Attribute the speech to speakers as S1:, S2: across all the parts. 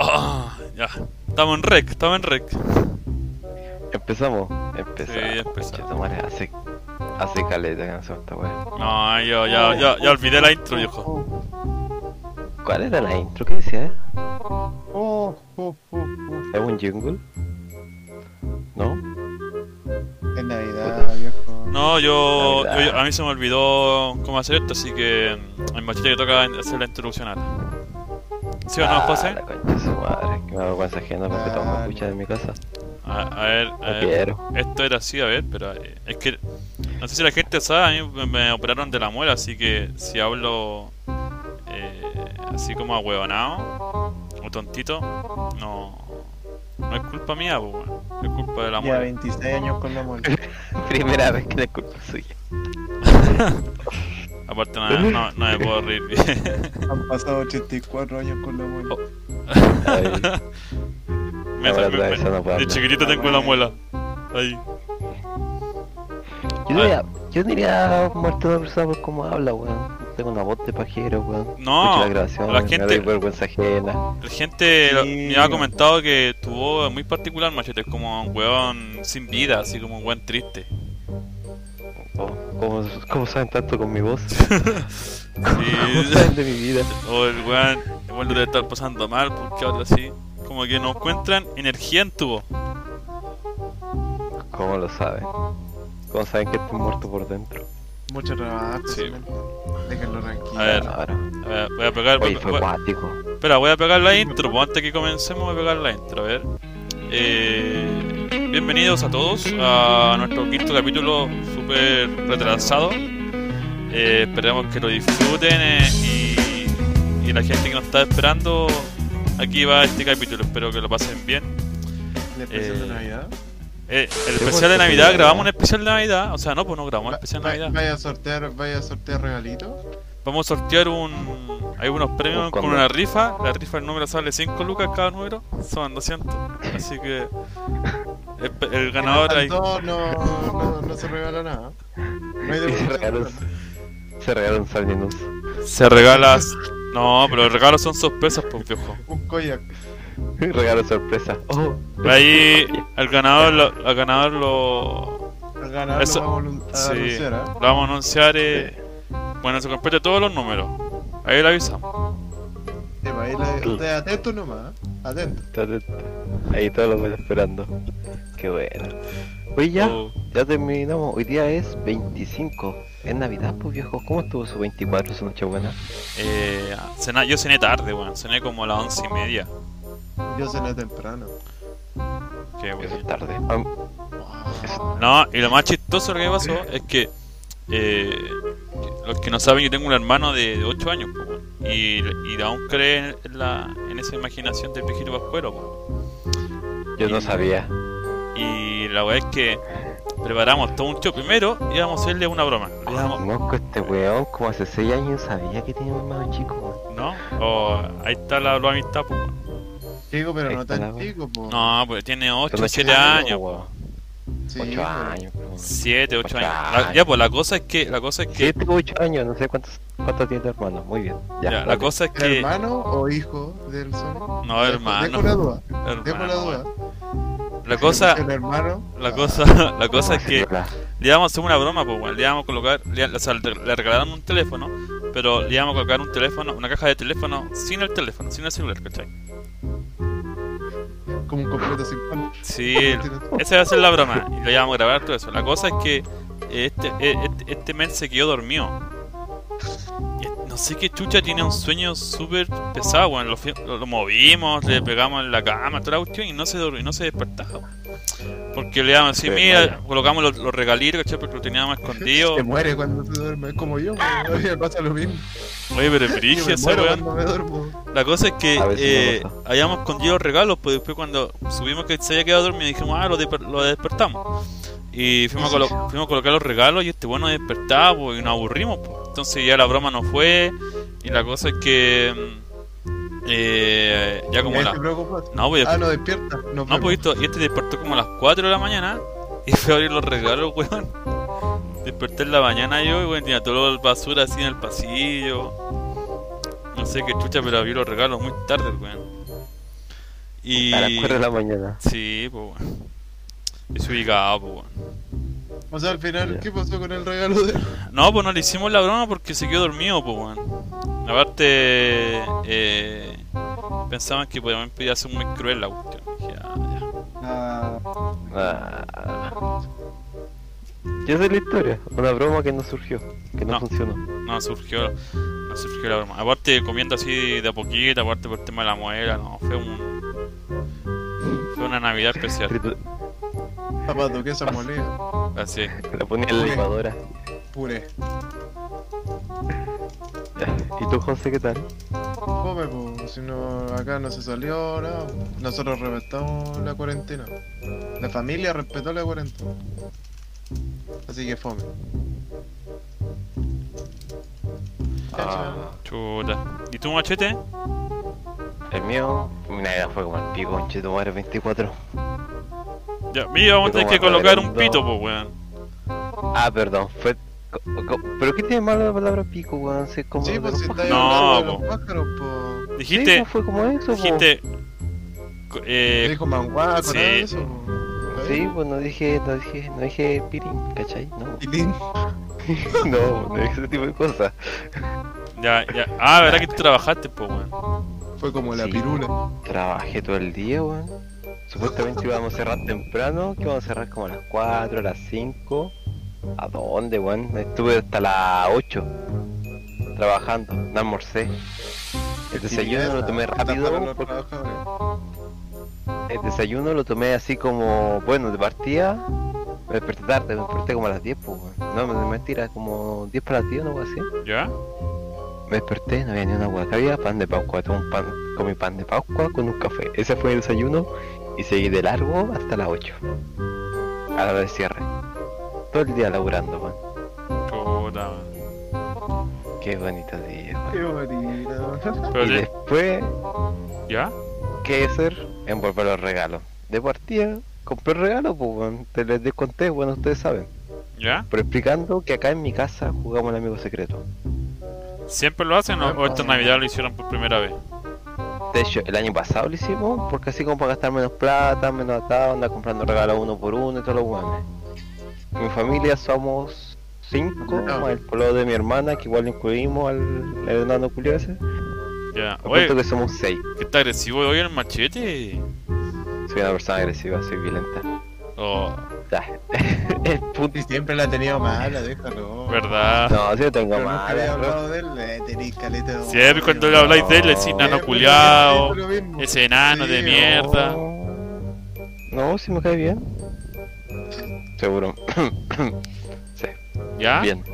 S1: Ah, ya. Estamos en rec, estamos en rec.
S2: Empezamos, empezamos.
S1: Sí, empezamos.
S2: Concha tu madre, hace, hace caleta que no hacemos esta wea.
S1: No, yo ya, ya, ya olvidé la intro, viejo.
S2: ¿Cuál era la intro que decía?
S3: Oh, oh, oh, oh.
S2: ¿Es un jingle? ¿No?
S3: Es Navidad, viejo.
S1: No, yo, yo- yo- A mí se me olvidó cómo hacer esto, así que. mm, En machete que toca hacer la introducción ahora. ¿Sí o no,
S2: Ah,
S1: José?
S2: La concha de su madre, que me avergüenza ajena porque todos me escuchan en mi casa.
S1: A, a ver, a
S2: No
S1: ver.
S2: quiero.
S1: Esto era así, a ver, pero. eh, Es que. No sé si la gente sabe, a mí me, me operaron de la muela, así que si hablo. eh, así como ahueonado. O tontito. No. No es culpa mía, pues, weón. Es culpa de la
S3: Ya
S1: muela.
S3: 26 años con la muerte.
S2: Primera vez que la culpa es suya.
S1: Aparte no, no, no me puedo reír bien.
S3: Han pasado 84 años con la
S1: Oh.
S3: muerte.
S2: Ay,
S1: Me me-
S2: Ahora otra
S1: me-
S2: vez no puedo
S1: de
S2: hablar. Ah,
S1: chiquitito tengo la muela. Ahí.
S2: yo, diría, yo diría muerto de una persona por cómo habla, weón. Tengo una voz de pajero, weón.
S1: No,
S2: Escucho la grabación,
S1: la
S2: me
S1: gente-
S2: doy vergüenza ajena.
S1: La gente lo-
S3: Sí,
S1: me ha
S3: bueno.
S1: comentado que tu voz es muy particular, machete. Es como un weón sin vida, así como un weón triste.
S2: Oh, ¿cómo, ¿Cómo saben tanto con mi voz? ¿Cómo
S1: Sí.
S2: saben de mi vida?
S1: o el weón, el weón lo debe estar pasando mal porque habla así. Como que no encuentran energía en tu voz.
S2: ¿Cómo lo saben? ¿Cómo saben que estoy muerto por dentro?
S3: Mucho trabajo.
S1: Sí.
S3: solamente. Déjenlo tranquilo.
S1: A ver.
S2: Claro.
S1: A ver, voy a pegar.
S2: Oye,
S1: voy-
S2: fue
S1: voy-
S2: cuático.
S1: Espera, voy a pegar la intro, pues antes que comencemos voy a pegar la intro, a ver. Eh, bienvenidos a todos a nuestro quinto capítulo súper retrasado. Eh, esperemos que lo disfruten eh, y, y la gente que nos está esperando, aquí va este capítulo, espero que lo pasen bien.
S3: ¿El especial de
S1: Eh,
S3: Navidad?
S1: Eh, el
S2: Sí, pues,
S1: especial de
S2: porque-
S1: Navidad, grabamos un especial de Navidad, o sea, no, pues no grabamos un
S3: Va-
S1: especial
S3: va-
S1: de Navidad.
S3: Vaya a sortear, vaya a sortear regalitos.
S1: Vamos a sortear un. Hay unos premios
S2: Un
S1: con
S2: condón.
S1: una rifa. La rifa, el número sale 5 lucas cada número. Son 200. Así que. El, el ganador
S3: Al
S1: ahí.
S3: dos Ah, No, no, no se regala nada. No hay
S2: Y se regalaron,
S3: devolución.
S2: se regalaron Sabninus.
S1: Se regalas. No, pero los regalos son sorpresas, por viejo.
S3: Un koyak.
S2: Regalo sorpresa. Oh,
S1: Ahí. El ganador lo. El ganador lo.
S3: Al ganador
S1: Eso-
S3: lo vamos a
S1: sí.
S3: anunciar, ¿ah?
S1: Lo vamos a anunciar. eh, Bueno, se complete todos los números. Ahí le avisamos.
S3: Sí, va, ahí le- usted atento nomás, ¿eh? atento.
S2: ta- ta- ta. ahí todos los van esperando. Qué bueno. Oye, ya,
S1: Oh,
S2: ya terminamos. Hoy día es 25. Es Navidad, pues viejo. ¿Cómo estuvo su 24, su Nochebuena?
S1: eh, cena- yo cené tarde, weón. Cené como a las once y media.
S3: Yo cené temprano.
S1: Qué
S2: Eso
S1: bueno.
S2: es tarde. Am- eso-
S1: No, y lo más chistoso que pasó es que eh, los que no saben, yo tengo un hermano de 8 años, po, weón. y, y aún cree en, la, en esa imaginación del viejito Pascuero. po.
S2: yo no sabía.
S1: Y la verdad es que preparamos todo un show primero y íbamos a hacerle una broma. Le íbamos-
S2: Conozco a este weón como hace 6 años sabía que tenía un hermano chico. weón.
S1: ¿no? O, ahí está la, la amistad. po, weón.
S3: Chico, pero
S2: Ahí
S3: no
S2: está la
S3: tan
S2: wea.
S3: chico, po.
S1: No, pues tiene 8,
S2: Pero
S1: 7
S2: chico,
S1: años.
S2: weón.
S3: Sí,
S2: Ocho
S3: po.
S2: años. weón.
S1: 7, 8
S2: Ocho
S1: años. La- ya, pues la cosa es que. La cosa es que.
S2: Siete u ocho años, no sé cuántos, cuántos tiene tu hermano. Muy bien.
S1: ya,
S2: Ya,
S1: la
S2: dale.
S1: cosa es
S3: ¿Era
S1: que.
S3: hermano o hijo del Sony?
S1: Eh, No,
S3: Dejo la
S1: hermano.
S3: duda. Dejo la
S1: hermano,
S3: duda.
S1: weón. La cosa.
S3: El hermano.
S1: La
S3: ah,
S1: cosa, la cosa es que
S2: Señora,
S1: le íbamos a hacer una broma, pues, weón. Le íbamos a colocar, le, o sea, le- le regalaron un teléfono, pero le íbamos a colocar un teléfono, una caja de teléfono sin el teléfono, sin el celular, ¿cachai?
S3: Como un completo sin pan.
S1: Sí, esa va a ser la broma, y lo íbamos a grabar todo eso. La cosa es que eh, este, eh, este, este men se quedó dormido. Y es- No sé qué chucha tiene un sueño súper pesado, weón. Lo, fui- lo- lo movimos, le pegamos en la cama, toda la cuestión, y no se, dor- y no se despertaba. Porque le íbamos a decir,
S2: Se
S1: mira,
S2: desmaya.
S1: colocamos los, los regalitos, ¿cachai? Porque lo teníamos escondido.
S3: Se muere cuando se duerme. Es como yo, weón. a mí me pasa lo mismo.
S1: Oye, pero es
S3: Yo
S1: brígido
S3: me
S1: ese
S3: muero
S1: weón.
S3: cuando me duermo.
S1: La cosa es que
S2: A veces me
S1: eh,
S2: pasa.
S1: habíamos escondido los regalos, pues después cuando subimos que se había quedado dormido dijimos, ah, lo, desper- lo despertamos. Y fuimos a, colo- fuimos a colocar los regalos y este bueno despertaba pues, y nos aburrimos. pues. Entonces ya la broma no fue y la cosa es que... mm, eh, ya como
S3: Ahí
S1: la...
S3: te preocupas.
S1: No, pues,
S3: Este Ah, no, despierta. No,
S1: no, pues esto- y este despertó como a las 4 de la mañana y fue a abrir los regalos, weón. Desperté en la mañana yo y weón tenía todo el basura así en el pasillo. No sé qué chucha, pero abrió los regalos muy tarde, weón. Y.
S2: A las 4 de la mañana.
S1: Sí, pues bueno. Desubicado, pues bueno.
S3: O sea, al final,
S2: Ya.
S3: ¿qué pasó con el regalo de.?
S1: No, pues no le hicimos la broma porque se quedó dormido, pues weón. Aparte, eh, pensaban que podíamos a ser muy cruel la cuestión. Dije, ah, ya.
S3: Ah,
S2: Ah. Y esa es la historia, una broma que no surgió, que no,
S1: No.
S2: funcionó.
S1: No, surgió, no surgió la broma. Aparte, comiendo así de a poquito, aparte por el tema de la muela, no, fue un. Fue una Navidad especial,
S2: Tritu-
S3: zapato, queso molido,
S1: así. es.
S2: La ponía en la
S3: Ok.
S2: licuadora.
S3: puré.
S2: Ya. ¿Y tú, José, qué tal?
S3: Come, pues, si no, acá no se salió, no. Nosotros respetamos la cuarentena. La familia respetó la cuarentena. Así que fome.
S2: Ah,
S1: Chuta. ¿Y tú, machete?
S2: el mío, nada, fue como el pico, conchetumare 24.
S1: Ya, mira, vamos a
S2: Pero
S1: tener que
S2: bueno,
S1: colocar
S2: era
S1: un
S2: un
S1: pito,
S2: do-
S1: pues weón.
S2: Ah, perdón, fue. co- co- ¿Pero qué tiene malo la palabra pico, weón? Si es como.
S3: Sí,
S2: de
S3: pues
S2: los
S3: si
S2: pájaros.
S3: estáis
S1: No,
S3: hablando de
S1: po.
S3: los pájaros, pues.
S2: Sí,
S1: Dijiste,
S2: pues, fue como eso, po.
S1: dijiste. co- Eh,
S3: Dijo manguaco,
S1: sí.
S3: nada de eso, po.
S2: Sí, pues no dije, no dije, no dije pirín, ¿cachai? No,
S3: Y tin-
S2: no, no dije ese tipo de cosas.
S1: ya, ya. Ah, verdad que tú trabajaste, pues weón.
S3: Fue como la
S2: Sí.
S3: pirula.
S2: Trabajé todo el día, weón. Supuestamente íbamos a cerrar temprano, que íbamos a cerrar como a las 4, a las 5. ¿A dónde, weón? Estuve hasta las 8 trabajando, no almorcé. El desayuno lo tomé rápido, porque el desayuno lo tomé así como, bueno, de partida. Me desperté tarde, me desperté como a las 10, pues, weón. No, me- mentira, como 10 para las 10, no, así.
S1: ¿Ya?
S2: Me desperté, no había ni una hueá, que había pan de pascua, tomé un pan, comí pan de pascua con un café. Ese fue el desayuno y seguí de largo hasta las 8. A la hora del cierre. Todo el día laburando, weón.
S1: Chuta, weón.
S2: Qué bonito día, weón.
S3: Qué bonito.
S1: Pero
S2: Y
S1: te-
S2: después,
S1: ¿Ya?
S2: ¿qué hacer? Envolver los regalos. De partida, compré regalos, pues, weón. Te les desconté, bueno, ustedes saben.
S1: ¿Ya?
S2: Pero explicando que acá en mi casa jugamos al amigo secreto.
S1: ¿Siempre lo hacen o, o esta Navidad lo hicieron por primera vez?
S2: De hecho, el año pasado lo hicimos porque así como para gastar menos plata, menos atado, andar comprando regalos uno por uno y todo lo bueno. Mi familia somos cinco,
S3: Ah.
S2: más el pueblo de mi hermana, que igual lo incluimos al al enano culiao ese.
S1: Ya. Oye,
S2: Apuesto que somos seis.
S1: que está agresivo hoy el machete.
S2: Soy una persona agresiva, soy violenta.
S1: Oh,
S2: Ya. el punto.
S3: Y siempre la ha tenido mala, déjalo.
S1: ¿verdad?
S2: No, si yo tengo
S3: Ah. Pero nunca había
S2: más.
S3: hablado de él, eh, tenés caleta de
S1: Siempre
S3: odio,
S1: cuando le
S3: weón.
S1: habláis de él, le decís
S2: No.
S1: nano
S3: Siempre
S1: culiao,
S3: le decís lo mismo.
S1: ese enano de
S3: Sí, oh.
S1: mierda.
S2: No, si me cae bien. Seguro. sí.
S1: ¿Ya?
S2: Bien.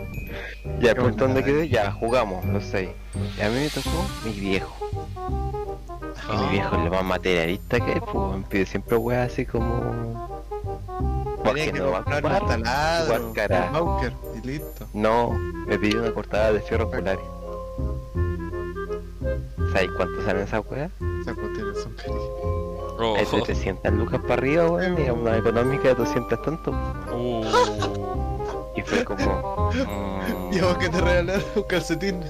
S2: Ya,
S3: ¿Ah? Qué
S2: pues donde
S3: buena.
S2: quedé, ya, jugamos, no sé. Y a mí me tocó mi viejo.
S1: Ah,
S2: Y mi viejo es lo más materialista que es, pues, weón. pide siempre weas así como.
S3: Tenés
S2: Porque
S3: que
S2: no va a ocupar?
S3: comprar un taladro,
S2: jugar cara.
S3: un Bauker, y listo.
S2: No, me pidió una cortada de fierro polar. ¿Sabes cuánto salen esas weas?
S3: Esas cuestiones son peligros.
S1: Oh,
S2: Es de 300 lucas para arriba, weón, y una económica de 200 tanto.
S1: uh.
S2: Y fue como. mm.
S3: Y a vos que te regalaron un calcetín.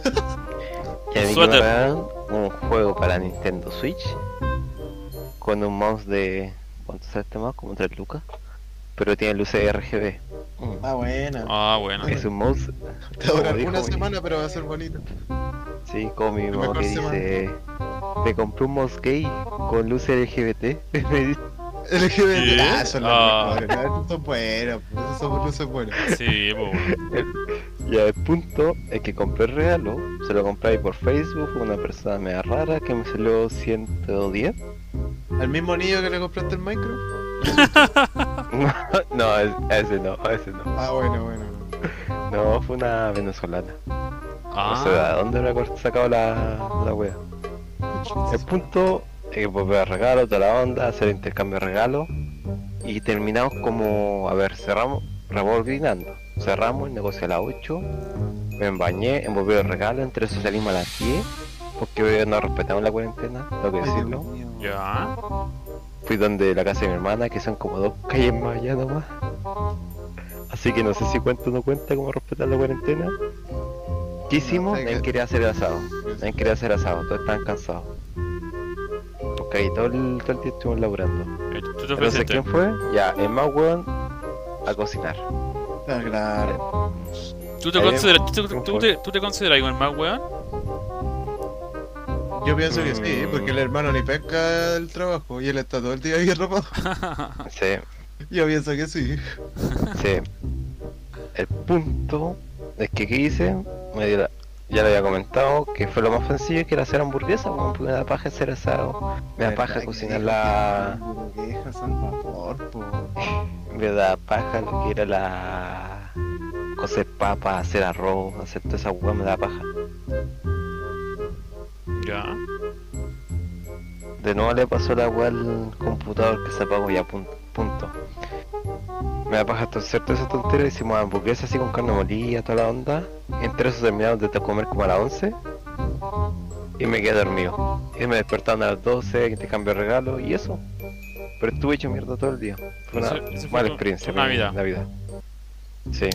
S2: Y a mí que me
S1: Suéter.
S2: regalaron un juego para Nintendo Switch con un mouse de. ¿Cuánto sale este mouse? Como 3 lucas. Pero tiene luces RGB. Mm.
S3: Ah, buena.
S1: Ah, bueno.
S2: Es un mouse.
S3: Te va a durar
S2: como dijo
S3: una
S2: mi-
S3: semana, pero va a ser bonito.
S2: Sí, como mi
S3: Tu
S2: mamá que
S3: mejor
S2: dice. Te compré un mouse gay con luces LGBT. Me dice,
S3: LGBT.
S1: ¿Qué?
S3: Ah, son los
S1: Ah.
S3: mejores. Esos son buenos. pues, Esos son luces buenas.
S1: Sí, pues bueno.
S2: ya el punto es que compré el regalo. Se lo compré ahí por Facebook. Una persona media rara que me salió 110.
S3: ¿Al mismo niño que le compraste el micro?
S2: no, a ese no, a ese no.
S3: Ah, bueno, bueno.
S2: No, fue una venezolana. No sé
S1: Ah,
S2: de dónde habrá sacado la, la wea. El punto es que volver a regalo, toda la onda, hacer intercambio de regalo. Y terminamos como, a ver, cerramos, rebobinando. Cerramos el negocio a las 8. Me bañé, envolví el regalo, entre eso salimos a las 10. Porque no respetamos la cuarentena, tengo que
S3: Ay, Dios
S2: decirlo.
S3: mío.
S1: ya.
S2: Fui donde la casa de mi hermana, que son como dos calles más allá nomás. Así que no sé si cuenta o no cuenta como respetar la cuarentena. ¿Qué hicimos?
S3: sé qué- Pues,
S2: Nadie quería hacer el asado. Nadie quería hacer asado, todos estaban cansados. caí, todo el, todo el día estuvimos laburando.
S1: Eh, Tú te
S2: Entonces,
S1: ofreciste.
S2: ¿quién fue? Ya, el más weón a cocinar.
S3: Ah, claro.
S1: ¿Tú te
S2: Eh,
S1: consideras, tú, tú-
S2: ¿quién
S1: tú
S2: fue?
S1: te, tú te consideras igual más weón?
S3: Yo pienso que sí,
S2: Mm.
S3: porque el hermano ni pesca el trabajo y él está todo el día ahí arropado.
S2: Sí,
S3: Yo pienso que sí.
S2: sí. El punto es que, ¿qué hice? Me dio la- Ya lo había comentado que fue lo más sencillo que era hacer hamburguesa, weón, porque me da paja hacer asado, me da paja cocinar la,
S3: Deja San vapor, po.
S2: Me da paja lo que era la. coser papa, hacer arroz, hacer toda esa hueá me da paja.
S1: Ya.
S2: De nuevo le pasó la hueá al computador que se apagó ya, punto. punto. Me da paja torcer toda esa tontera, hicimos hamburguesas así con carne molida, toda la onda. Entre eso terminamos de comer como a las 11 y me quedé dormido. Y me despertaron a las 12, que te cambio regalo y eso. Pero estuve hecho mierda todo el día. Fue una
S1: Ese- ese fue
S2: mala
S1: tu-
S2: experiencia.
S1: tu Navidad.
S2: Navidad. Sí.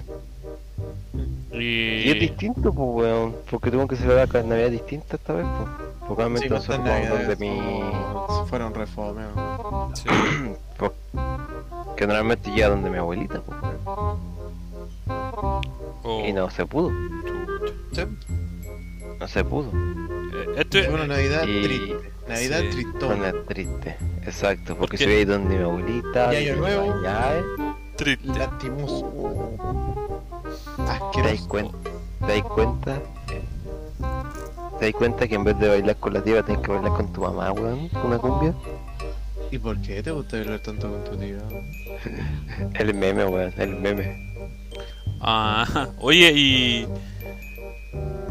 S2: Y es
S1: Y.
S2: distinto, pues, weón. Porque tuvo que celebrar la Navidad distinta esta vez, pues. Porque realmente
S3: Sí, con estas
S2: nosotros vamos donde
S3: navidades
S2: mi.
S3: como- fueron refome. weón.
S1: sí.
S2: Que normalmente llega donde mi abuelita, pues. weón.
S1: Oh,
S2: Y no se pudo,
S1: chuta.
S2: no se pudo.
S1: Eh, este-
S3: Fue una Navidad
S2: Y-
S3: triste. Navidad
S1: sí.
S2: Fue
S3: tristona.
S2: una triste. Exacto,
S1: ¿Por
S2: porque
S1: qué?
S2: se veía ahí donde mi abuelita.
S3: Y Año
S2: donde
S3: Nuevo.
S2: mi eh. yaya,
S1: triste.
S3: Lastimoso.
S2: ¿Te dais
S3: Asqueroso.
S2: cuenta? ¿Te dais cuenta? ¿Te dais cuenta que en vez de bailar con la tía tenés que bailar con tu mamá, weón? Una cumbia.
S3: ¿Y por qué te gusta hablar tanto con tu tío?
S2: El meme, weón, el meme.
S1: Ah, oye, y.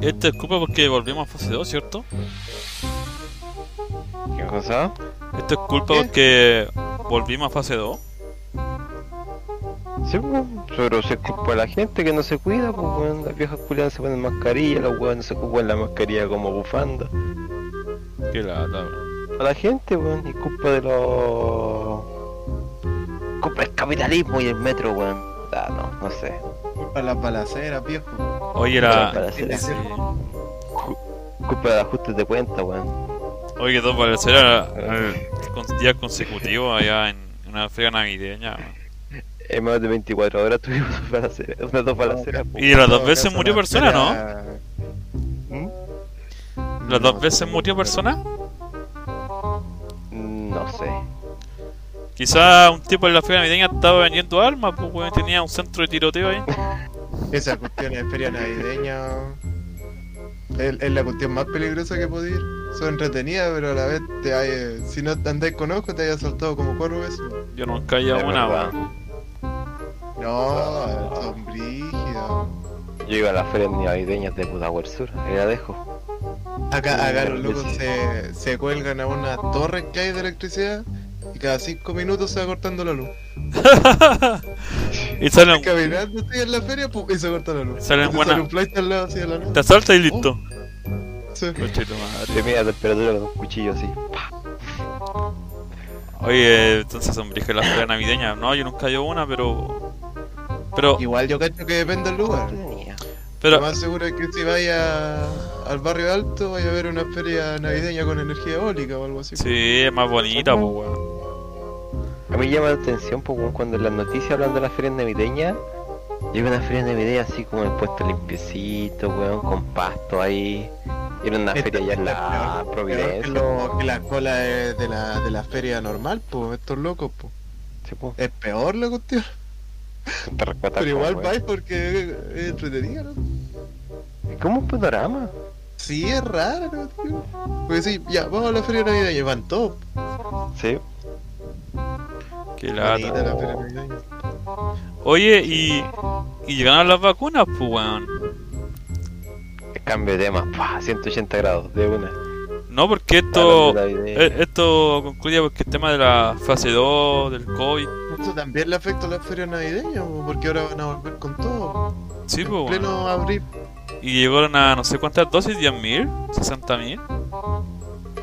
S1: Esto es culpa porque volvimos a fase 2, ¿cierto?
S2: ¿Qué cosa?
S1: Esto es culpa porque
S3: ¿Qué?
S1: volvimos a fase 2.
S2: Sí, pues, pero se culpa a la gente que no se cuida, pues, weón. Las viejas culiadas se ponen mascarilla, los weones se ocupan la mascarilla como bufanda.
S1: Qué lata, weón.
S2: A la gente, weón, y culpa de los. culpa del capitalismo y el metro, weón. Ah, no, no sé.
S3: Culpa de las balaceras, viejo.
S1: Oye,
S2: Culpa de
S1: la.
S2: las ceras,
S1: sí.
S2: Culpa de los ajustes de cuenta, weón.
S1: Oye, dos balaceras eh, con días consecutivos allá en en una feria navideña. weón.
S2: En menos de 24 horas tuvimos dos balaceras, unas dos balaceras, pues,
S1: Y las dos veces murió persona, ¿no?
S2: ¿Mm?
S1: Las dos veces murió persona.
S2: No sé.
S1: Quizá un tipo en la feria navideña estaba vendiendo armas, pues weón, tenía un centro de tiroteo ahí.
S3: Esa cuestión es feria navideña. Es, es la cuestión más peligrosa que podía ir. Son entretenidas, pero a la vez te hay, eh, si no andáis con ojo, te hayas soltado como cuatro veces.
S1: Yo nunca he ido a
S2: Es
S1: una,
S2: verdad.
S1: weón.
S3: No, son brígidas.
S2: Yo iba a las ferias navideñas de Pudahuel Sur, ahí la dejo.
S3: Acá, acá los locos se, se cuelgan a unas torres que hay de electricidad y cada cinco minutos se va cortando la luz.
S1: y salen,
S3: Caminando así en la feria pum, y se corta la luz.
S1: Salen
S3: Y te
S1: buenas.
S3: sale un flight al lado así de la luz.
S1: te asalta y listo.
S3: Sí.
S1: Coche tu madre.
S2: Te mira la temperatura con un cuchillo así.
S1: Oye, entonces son brijas las ferias navideñas. No, yo nunca he ido a una, pero. Pero,
S3: Igual yo cacho que depende del lugar. Lo
S1: pero,
S3: más seguro es que si vaya al barrio alto, vaya a ver una feria navideña con energía eólica o algo así.
S1: sí, es más bonita, pues weón.
S2: A mí llama la atención porque weón, cuando en las noticias hablan de las ferias navideñas, llega una feria navideña así como el puesto limpiecito, weón, con pasto ahí. Y Era una
S3: Esto
S2: feria allá en la
S3: Peor que,
S2: Providencia.
S3: lo- que la cola de, de la, de la feria normal, pues, estos locos, pues.
S2: Sí, po,
S3: Es peor la cuestión.
S2: te recuerda
S3: Pero
S2: como,
S3: igual
S2: weón.
S3: vais porque es- es entretenida, ¿no?
S2: ¿Cómo un panorama?
S3: Sí, es raro, ¿no? tío? Porque sí, ya, vamos a la feria navideña, van todos.
S2: Sí.
S1: Qué
S3: Bonita
S1: lata.
S3: la feria navideña.
S1: Oye, y. Y llegaron las vacunas, pues weón.
S2: Cambio de tema, pa, 180 grados, de una.
S1: No, porque
S2: Hablando
S1: esto.
S2: de la idea.
S1: eh, Esto concluye porque el tema de la fase 2, del COVID.
S3: Eso también le afecta a la feria navideña, po, porque ahora van a volver con todo.
S1: Sí,
S3: en
S1: pues weón.
S3: pleno abril,
S1: Y llegaron a no sé cuántas dosis, 10.000, 60.000.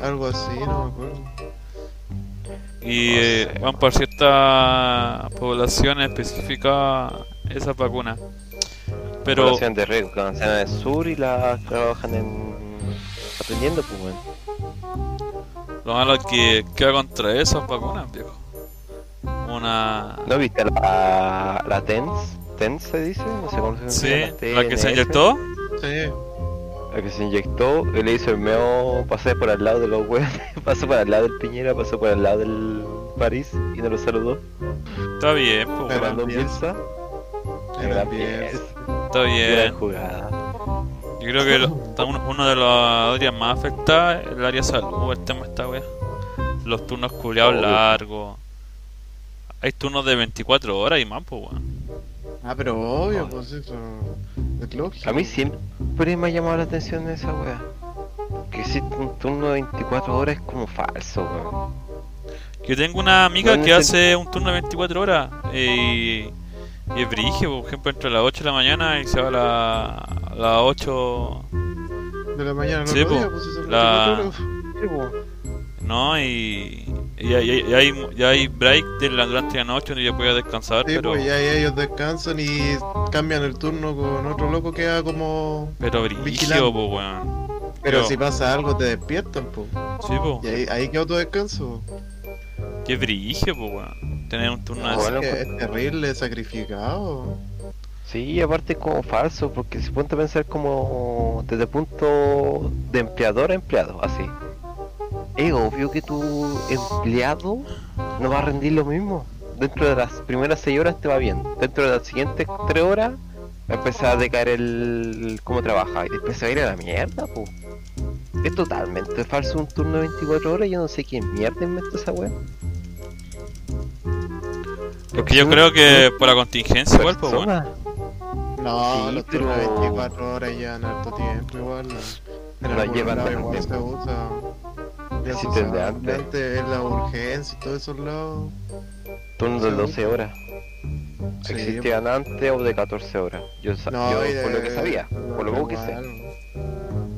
S3: algo así, no me acuerdo.
S1: Y
S2: No
S1: eh,
S2: sé,
S1: van para cierta población específica esas vacunas. Pero,
S2: Población de riesgo, que avanzan en el sur y las trabajan en. aprendiendo, pues, weón.
S1: Lo malo es que queda contra esas vacunas, viejo. Una.
S2: ¿No viste la, la TENS? ¿TENS se dice? No sé cómo se
S1: Sí,
S2: llama,
S1: la que se
S2: TNS.
S1: inyectó.
S3: Sí,
S2: La que se inyectó y le hizo el meo pasé por al lado de los huevos, pasó por al lado del Piñera, pasó por al lado del París y no lo saludó.
S1: Está bien, pues,
S2: Le
S1: weón,
S3: Pero-
S2: mandó un
S3: bien.
S2: Bielsa.
S3: eran 10.
S1: Está
S2: Gran
S1: bien.
S2: jugada.
S1: Yo creo que lo- está un- una de las áreas más afectadas es el área de salud, el tema de esta wea. Los turnos culiados
S2: Obvio.
S1: largos. Hay turnos de 24 horas y más, pues, weón.
S3: Ah, pero obvio, pues sí, pero. Es lógico.
S2: A mí siempre me ha llamado la atención esa wea. Que existe un turno de 24 horas es como falso, weón.
S1: Yo tengo una amiga
S2: Bueno,
S1: que
S2: ese-
S1: hace un turno de 24 horas eh, y, y es brige, por ejemplo, entre las 8 de la mañana y se va a, la, a las 8,
S3: De la mañana,
S1: Sí,
S3: no
S1: po.
S3: podía, pues si son
S1: La-
S3: 24 horas. Sí,
S1: ¿no? Y, y, hay- y hay, y hay break de la, durante la noche donde yo podía descansar,
S3: po. Sí,
S1: pero,
S3: pues ya ellos descansan y cambian el turno con otro loco que haga como.
S1: pero brigio,
S3: vigilando.
S1: pues, weón.
S3: Pero
S1: Yo.
S3: si pasa algo te despiertan, po.
S1: Sí,
S3: Y
S1: pues,
S3: ahí, ahí queda otro descanso. po.
S1: que brigio, pues, weón. Tener un turno de
S2: No,
S1: ese.
S2: bueno,
S3: Que
S2: pues-
S3: es terrible, sacrificado.
S2: Sí, aparte es como falso, porque se ponte a pensar como desde el punto de empleador a empleado, así. Es obvio que tu empleado no va a rendir lo mismo. Dentro de las primeras 6 horas te va bien. Dentro de las siguientes 3 horas va a empezar a decaer el cómo trabaja. Y después se va a ir a la mierda, po. Es totalmente falso un turno de 24 horas. Yo no sé quién mierda inventó esa wea.
S1: Porque yo creo que por la contingencia, igual, pues, weón.
S2: Persona.
S3: No,
S2: Sí,
S3: los turnos
S2: pero-
S3: 24 horas llevan harto tiempo igual. ¿no? En
S2: Lo
S3: algún
S2: llevan
S3: lado
S2: tanto
S3: igual se
S2: tiempo.
S3: usa. Ya
S2: Sí,
S3: se usaba
S2: desde antes.
S3: antes en la urgencia y todos esos lados.
S2: Turno de
S3: Sí.
S2: 12 horas.
S3: Sí, pues.
S2: Existían antes o de 14 horas. Yo, sa-
S3: No,
S2: yo
S3: y de-
S2: por lo que sabía,
S3: no,
S2: por lo poco que sé.
S3: igual.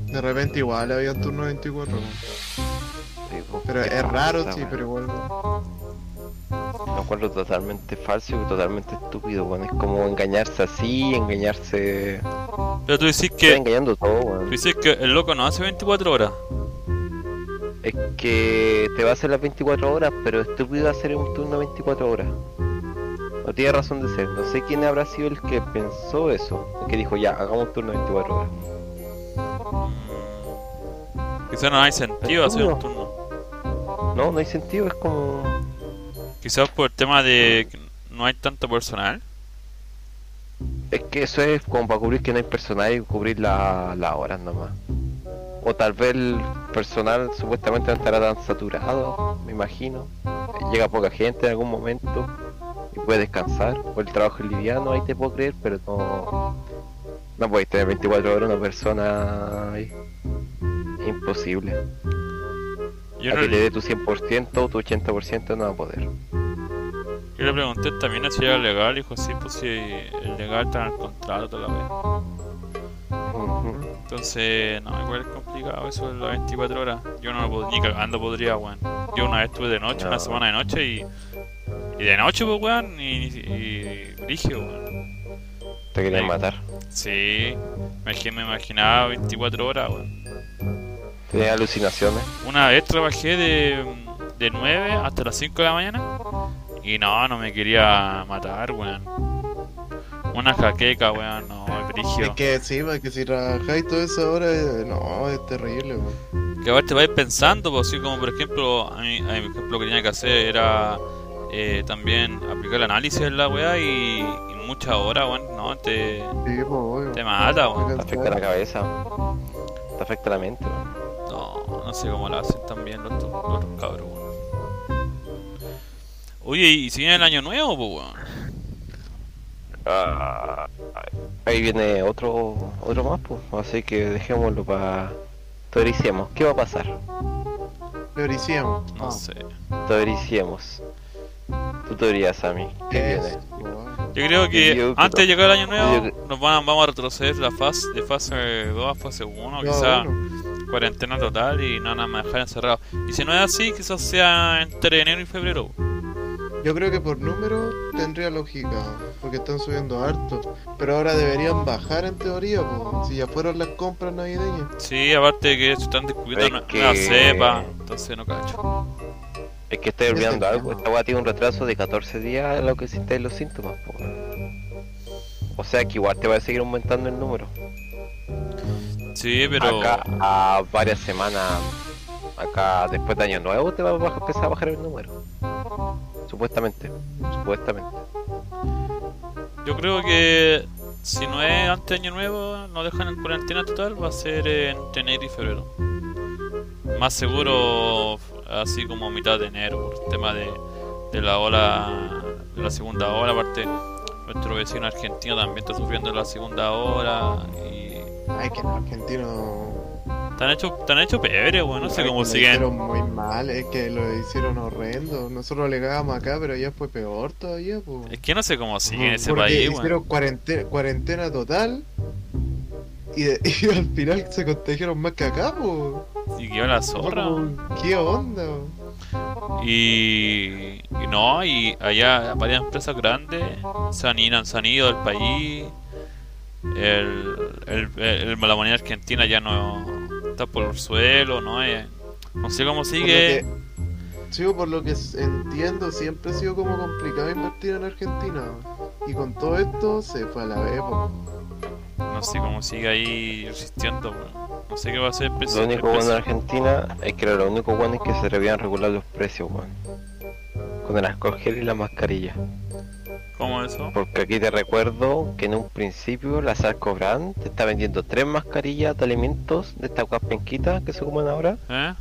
S3: De repente igual había turno 24. ¿no?
S2: Sí, pues,
S3: Pero
S2: qué
S3: es raro,
S2: falsa,
S3: sí,
S2: weón.
S3: pero igual. ¿no?
S2: Lo encuentro totalmente falso y totalmente estúpido, weón. Es como engañarse así, engañarse.
S1: Pero tú decís
S2: Están
S1: que,
S2: engañando todo, weón.
S1: tú decís que el loco no hace 24 horas.
S2: Es que te va a hacer las 24 horas, pero estúpido hacer un turno 24 horas. No tiene razón de ser. No sé quién habrá sido el que pensó eso. El que dijo, ya, hagamos turno 24 horas.
S1: Quizás no hay sentido hacer un turno.
S2: No, no hay sentido, es como.
S1: Quizás por el tema de que no hay tanto personal.
S2: Es que eso es como para cubrir que no hay personal y cubrir la- las horas nomás. O tal vez el personal supuestamente no estará tan saturado, me imagino. Llega poca gente en algún momento y puede descansar. O el trabajo es liviano, ahí te puedo creer, pero no. No podéis tener 24 horas una persona ahí. Imposible.
S1: Yo,
S2: A que le
S1: le,
S2: dé tu 100%, tu 80% no va a poder.
S1: yo le pregunté también si era legal, dijo sí, pues si el legal está en el contrato toda la vez.
S2: Ujú.
S1: Entonces, no, igual es complicado eso de las 24 horas. Yo no lo pod- ni cagando podría, weón. Yo una vez estuve de noche, una
S2: No.
S1: semana de noche y. Y de noche, pues, weón, y. y. brígido, weón.
S2: Te querían
S1: Sí.
S2: matar.
S1: Sí, me, me imaginaba 24 horas, weón.
S2: Tenía alucinaciones.
S1: Una vez trabajé de, de 9 hasta las 5 de la mañana y no, no me quería matar, weón. Una jaqueca, weón, no, es
S3: Es
S1: brigio.
S3: que sí, porque si trabajáis toda esa hora, eh, no, es terrible. po.
S1: Que a ver, te vais pensando, pues así como por ejemplo, a mí, a mí, por ejemplo, lo que tenía que hacer era eh, también aplicar el análisis en la weá y, y muchas horas, weón, no, te,
S3: Sí, pues obvio.
S1: te mata, weón.
S2: Te afecta la cabeza. Te afecta la mente, weón.
S1: No, no sé cómo lo hacen también los, otros- los otros cabros, weón. Oye, ¿y si viene el año nuevo, pues, weón?
S2: Ah, ahí viene otro otro más, pues. Así que dejémoslo para. Teoricemos. ¿Qué va a pasar?
S3: Teoricemos.
S1: No
S3: Ah,
S1: sé.
S2: Teoricemos. Tu teoría, Sammy. ¿Qué
S3: eso,
S2: viene?
S3: po, weón.
S1: Yo creo que
S2: Yo creo-
S1: antes de llegar el año nuevo,
S2: yo
S1: nos van, a- vamos a retroceder la fase, de fase 2 a fase 1,
S3: Ya,
S1: quizás
S3: Ah, bueno.
S1: cuarentena total y no van a dejar encerrado. Y si no es así, quizás sea entre enero y febrero.
S3: Yo creo que por número tendría lógica. Porque porque están subiendo harto. Pero ahora deberían bajar en teoría, po, si ya fueron las compras navideñas.
S1: Sí, aparte de que se están descubriendo
S2: Es
S1: una,
S2: que-
S1: una cepa, entonces no cacho.
S2: Es que estoy
S3: Ese
S2: olvidando algo.
S3: tema.
S2: Esta weá tiene un retraso de 14 días en lo que existen los síntomas, po, weón. O sea que igual te va a seguir aumentando el número.
S1: Sí, pero.
S2: Acá a varias semanas, acá después de Año Nuevo, te va a baj- empezar a bajar el número. Supuestamente, supuestamente.
S1: Yo creo que si no es antes de Año Nuevo, no dejan en cuarentena total, va a ser entre enero y febrero. Más seguro, así como mitad de enero, por el tema de, de la ola, de la segunda ola. Aparte, nuestro vecino argentino también está sufriendo la segunda ola. Y
S3: Ay, que los argentinos.
S1: están hechos están hechos pebre, weón. No sé
S3: ay,
S1: cómo
S3: que lo
S1: siguen.
S3: hicieron muy mal, es que lo hicieron horrendo. Nosotros le cagábamos acá, pero ya fue peor todavía, po.
S1: Es que no sé cómo siguen
S3: Ujú,
S1: ese
S3: porque
S1: país, weón.
S3: Hicieron cuarentena, cuarentena total. Y, de- y al final se contagiaron más que acá, po.
S1: Y quedó la
S3: Fue
S1: zorra.
S3: como, ¿Qué onda? po?
S1: Y, y no, y allá varias empresas grandes se han ido, se han ido del país. El, el, el- la moneda argentina ya no está por el suelo, ¿no? Eh, no sé cómo
S3: Por lo
S1: sigue.
S3: que- sí, por lo que s- entiendo, siempre ha sido como complicado invertir en Argentina. Y con todo esto se fue a la vez. po.
S1: No sé cómo sigue ahí resistiendo. weón. No sé qué va a hacer el
S2: Lo
S1: presidente.
S2: único bueno de Argentina es que lo único bueno es que se debían regular los precios, weón. Con el alcohol gel y la mascarilla.
S1: ¿Cómo eso?
S2: Porque aquí te recuerdo que en un principio la Sarco Brand te está vendiendo tres mascarillas de alimentos de estas guas penquitas que se comen ahora.
S1: ¿Eh?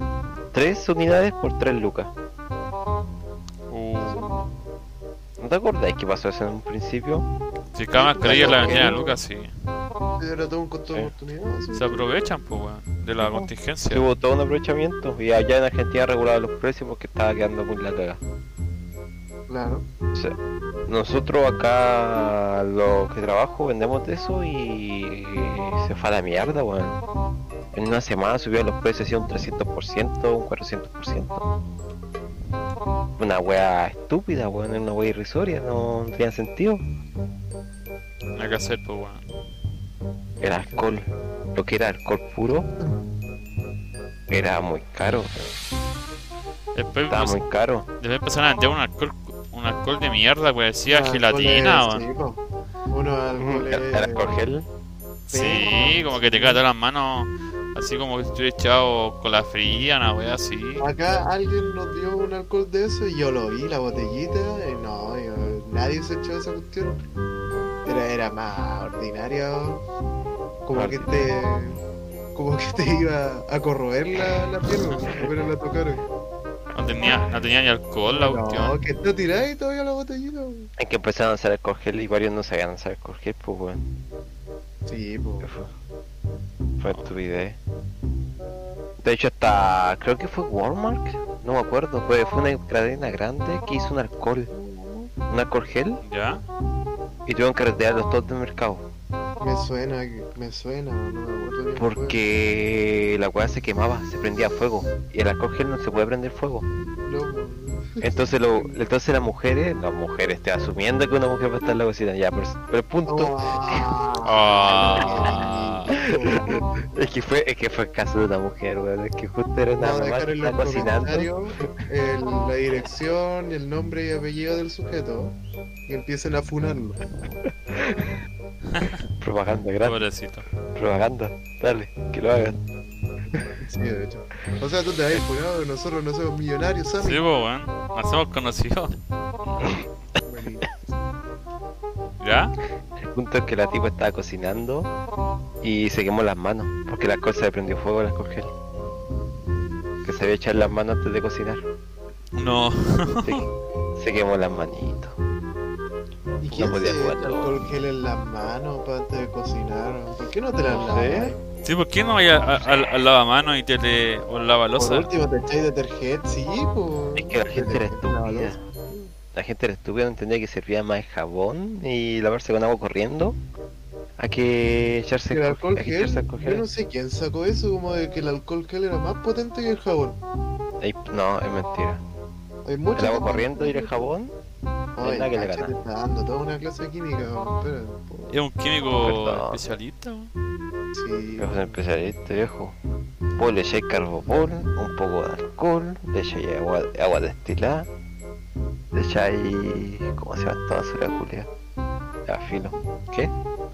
S2: Tres unidades por tres lucas.
S1: Uh,
S2: ¿No te acordáis que pasó eso en un principio?
S1: si cada mascarilla la vendían a Lucas, sí.
S3: Era todo un costo de
S2: Sí.
S3: oportunidad. sí.
S1: Se aprovechan, pues, weón, de la contingencia.
S2: Sí, hubo todo un aprovechamiento y allá en Argentina regulaban los precios porque estaba quedando muy la caga.
S3: Claro.
S2: Nosotros acá, los que trabajo, vendemos de eso y se fue a la mierda, weón. En una semana subieron los precios así un 300%, un 400%. Una wea estúpida, weón, una wea irrisoria, no tenía sentido.
S1: Hay que hacer, pues, weón.
S2: El alcohol, lo que era alcohol puro, era muy caro,
S1: Después,
S2: estaba
S1: no sé-
S2: muy caro.
S1: Debe empezar a vender un alcohol, un alcohol de mierda, güey. Decía
S3: Unos
S1: gelatina,
S3: alcoholes,
S1: weón.
S3: Ah, sí, po. Unos alcoholes-
S2: El alcohol gel,
S3: este,
S1: Sí,
S3: sí.
S1: como que te cae todas las manos. Así como que estoy echado con la fría, una wea así.
S3: Acá alguien nos dio un alcohol de eso y yo lo vi, la botellita, y no, yo- nadie se echó esa cuestión. Era, era más ordinaria. Como que te. Como que te iba a corroer la, la piel, weón, apenas la tocaron.
S1: No tenía, no tenía ni alcohol la
S3: No,
S1: cuestión.
S3: que te tiráis todavía la botellita. weón.
S2: es que empezaron a hacer alcohol gel y varios no sabían hacer alcohol gel, pues weón.
S3: Sí, po.
S2: que fue. Fue estupidez. De hecho, hasta creo que fue Walmart, no me acuerdo, fue, fue una cadena grande que hizo un alcohol, un alcohol gel,
S1: ¿Ya?
S2: y tuvieron que retirar los todos del mercado.
S3: Me suena, que- me suena, no me acuerdo bien.
S2: Porque la weá se quemaba, se prendía fuego, y el alcohol gel no se puede prender fuego.
S3: fue. No, weón.
S2: Entonces, lo, entonces las mujeres, las mujeres, te asumiendo que una mujer va a estar en la cocina, ya, pero, pero el punto
S1: Ah.
S3: No,
S2: es que fue, es que fue el caso de una mujer, weón, es que justo era una mamá
S3: dejar
S2: que
S3: en los
S2: estaba cocinando.
S3: comentarios el- la dirección, el nombre y apellido del sujeto y empiecen a funarlo.
S2: Propaganda grande,
S1: Pobrecito.
S2: propaganda, dale, que lo hagan.
S3: Sí, de hecho. O sea, tú te habías funado, nosotros no somos millonarios,
S1: Sí,
S3: ¿sabes?
S1: pues, weón. Nos hemos conocido. ¿Ya?
S2: El punto es que la tipa estaba cocinando y se quemó las manos, porque la cosa le prendió fuego al alcohol Que se había echado las manos antes de cocinar.
S1: No.
S2: Se, se quemó las manitos.
S3: ¿Y
S2: No
S3: quién se
S2: podía
S3: echa
S2: jugar, no.
S3: alcohol gel en las manos para antes de cocinar? ¿Por qué no te las
S2: No sé.
S3: lavas?
S1: Sí, ¿por qué no vaya a- a- al al lavamanos y te le. o al
S3: Por
S1: lavalosa?
S3: último, te echáis detergente, sí, pues.
S2: Es que la gente era estúpida. La gente era estúpida, no entendía que servía más el jabón y lavarse con agua corriendo. A que echarse
S3: El
S2: alco-
S3: alcohol
S2: a que
S3: gel,
S2: echarse alcohol
S3: yo
S2: gel.
S3: no sé quién sacó eso, como de que el alcohol gel era más potente que el jabón.
S2: Ey, No, es mentira.
S3: Hay mucha
S2: El agua
S3: gente-
S2: corriendo y el jabón Es la que le
S3: Cacha,
S2: gana.
S3: te está dando toda una clase de química, weón. Espera, po.
S1: Es un químico
S2: Perdón.
S1: especialista. weón.
S3: Sí,
S2: Viejo es un especialista, viejo. Vos le echáis carbopol, un poco de alcohol, le echáis agua, agua destilada, le echáis. ¿Cómo se llama esta basura, Julia? Ya, filo. ¿Qué?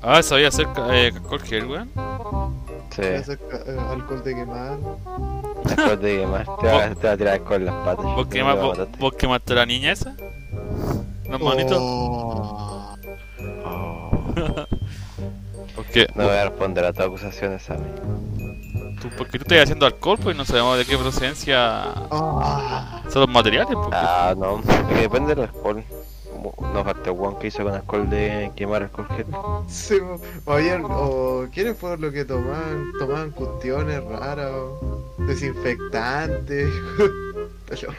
S1: Ah, sabía hacer ca- eh, alcohol gel, weón.
S3: te
S2: Se
S3: hace ca- eh, alcohol de quemar.
S2: después de quemar, te va, te va a tirar con las patas.
S1: ¿Vos,
S2: Te
S1: quema-
S2: va a
S1: vos,
S2: matarte.
S1: vos quemaste a la niña esa? ¿Los manitos?
S3: Oh.
S1: Porque
S2: No voy a responder a tus acusaciones, Sammy.
S1: tú, porque tú estás haciendo alcohol, pues y no sabemos de qué procedencia
S3: Ah.
S1: son los materiales, pues.
S2: Ah, no, es que depende del alcohol. Mu- No falta Juan que hizo con alcohol de quemar alcohol gel.
S3: Sí, po. Oye, o ¿quiénes fueron los que tomaban? Tomaban cuestiones raras, o desinfectantes. Pero-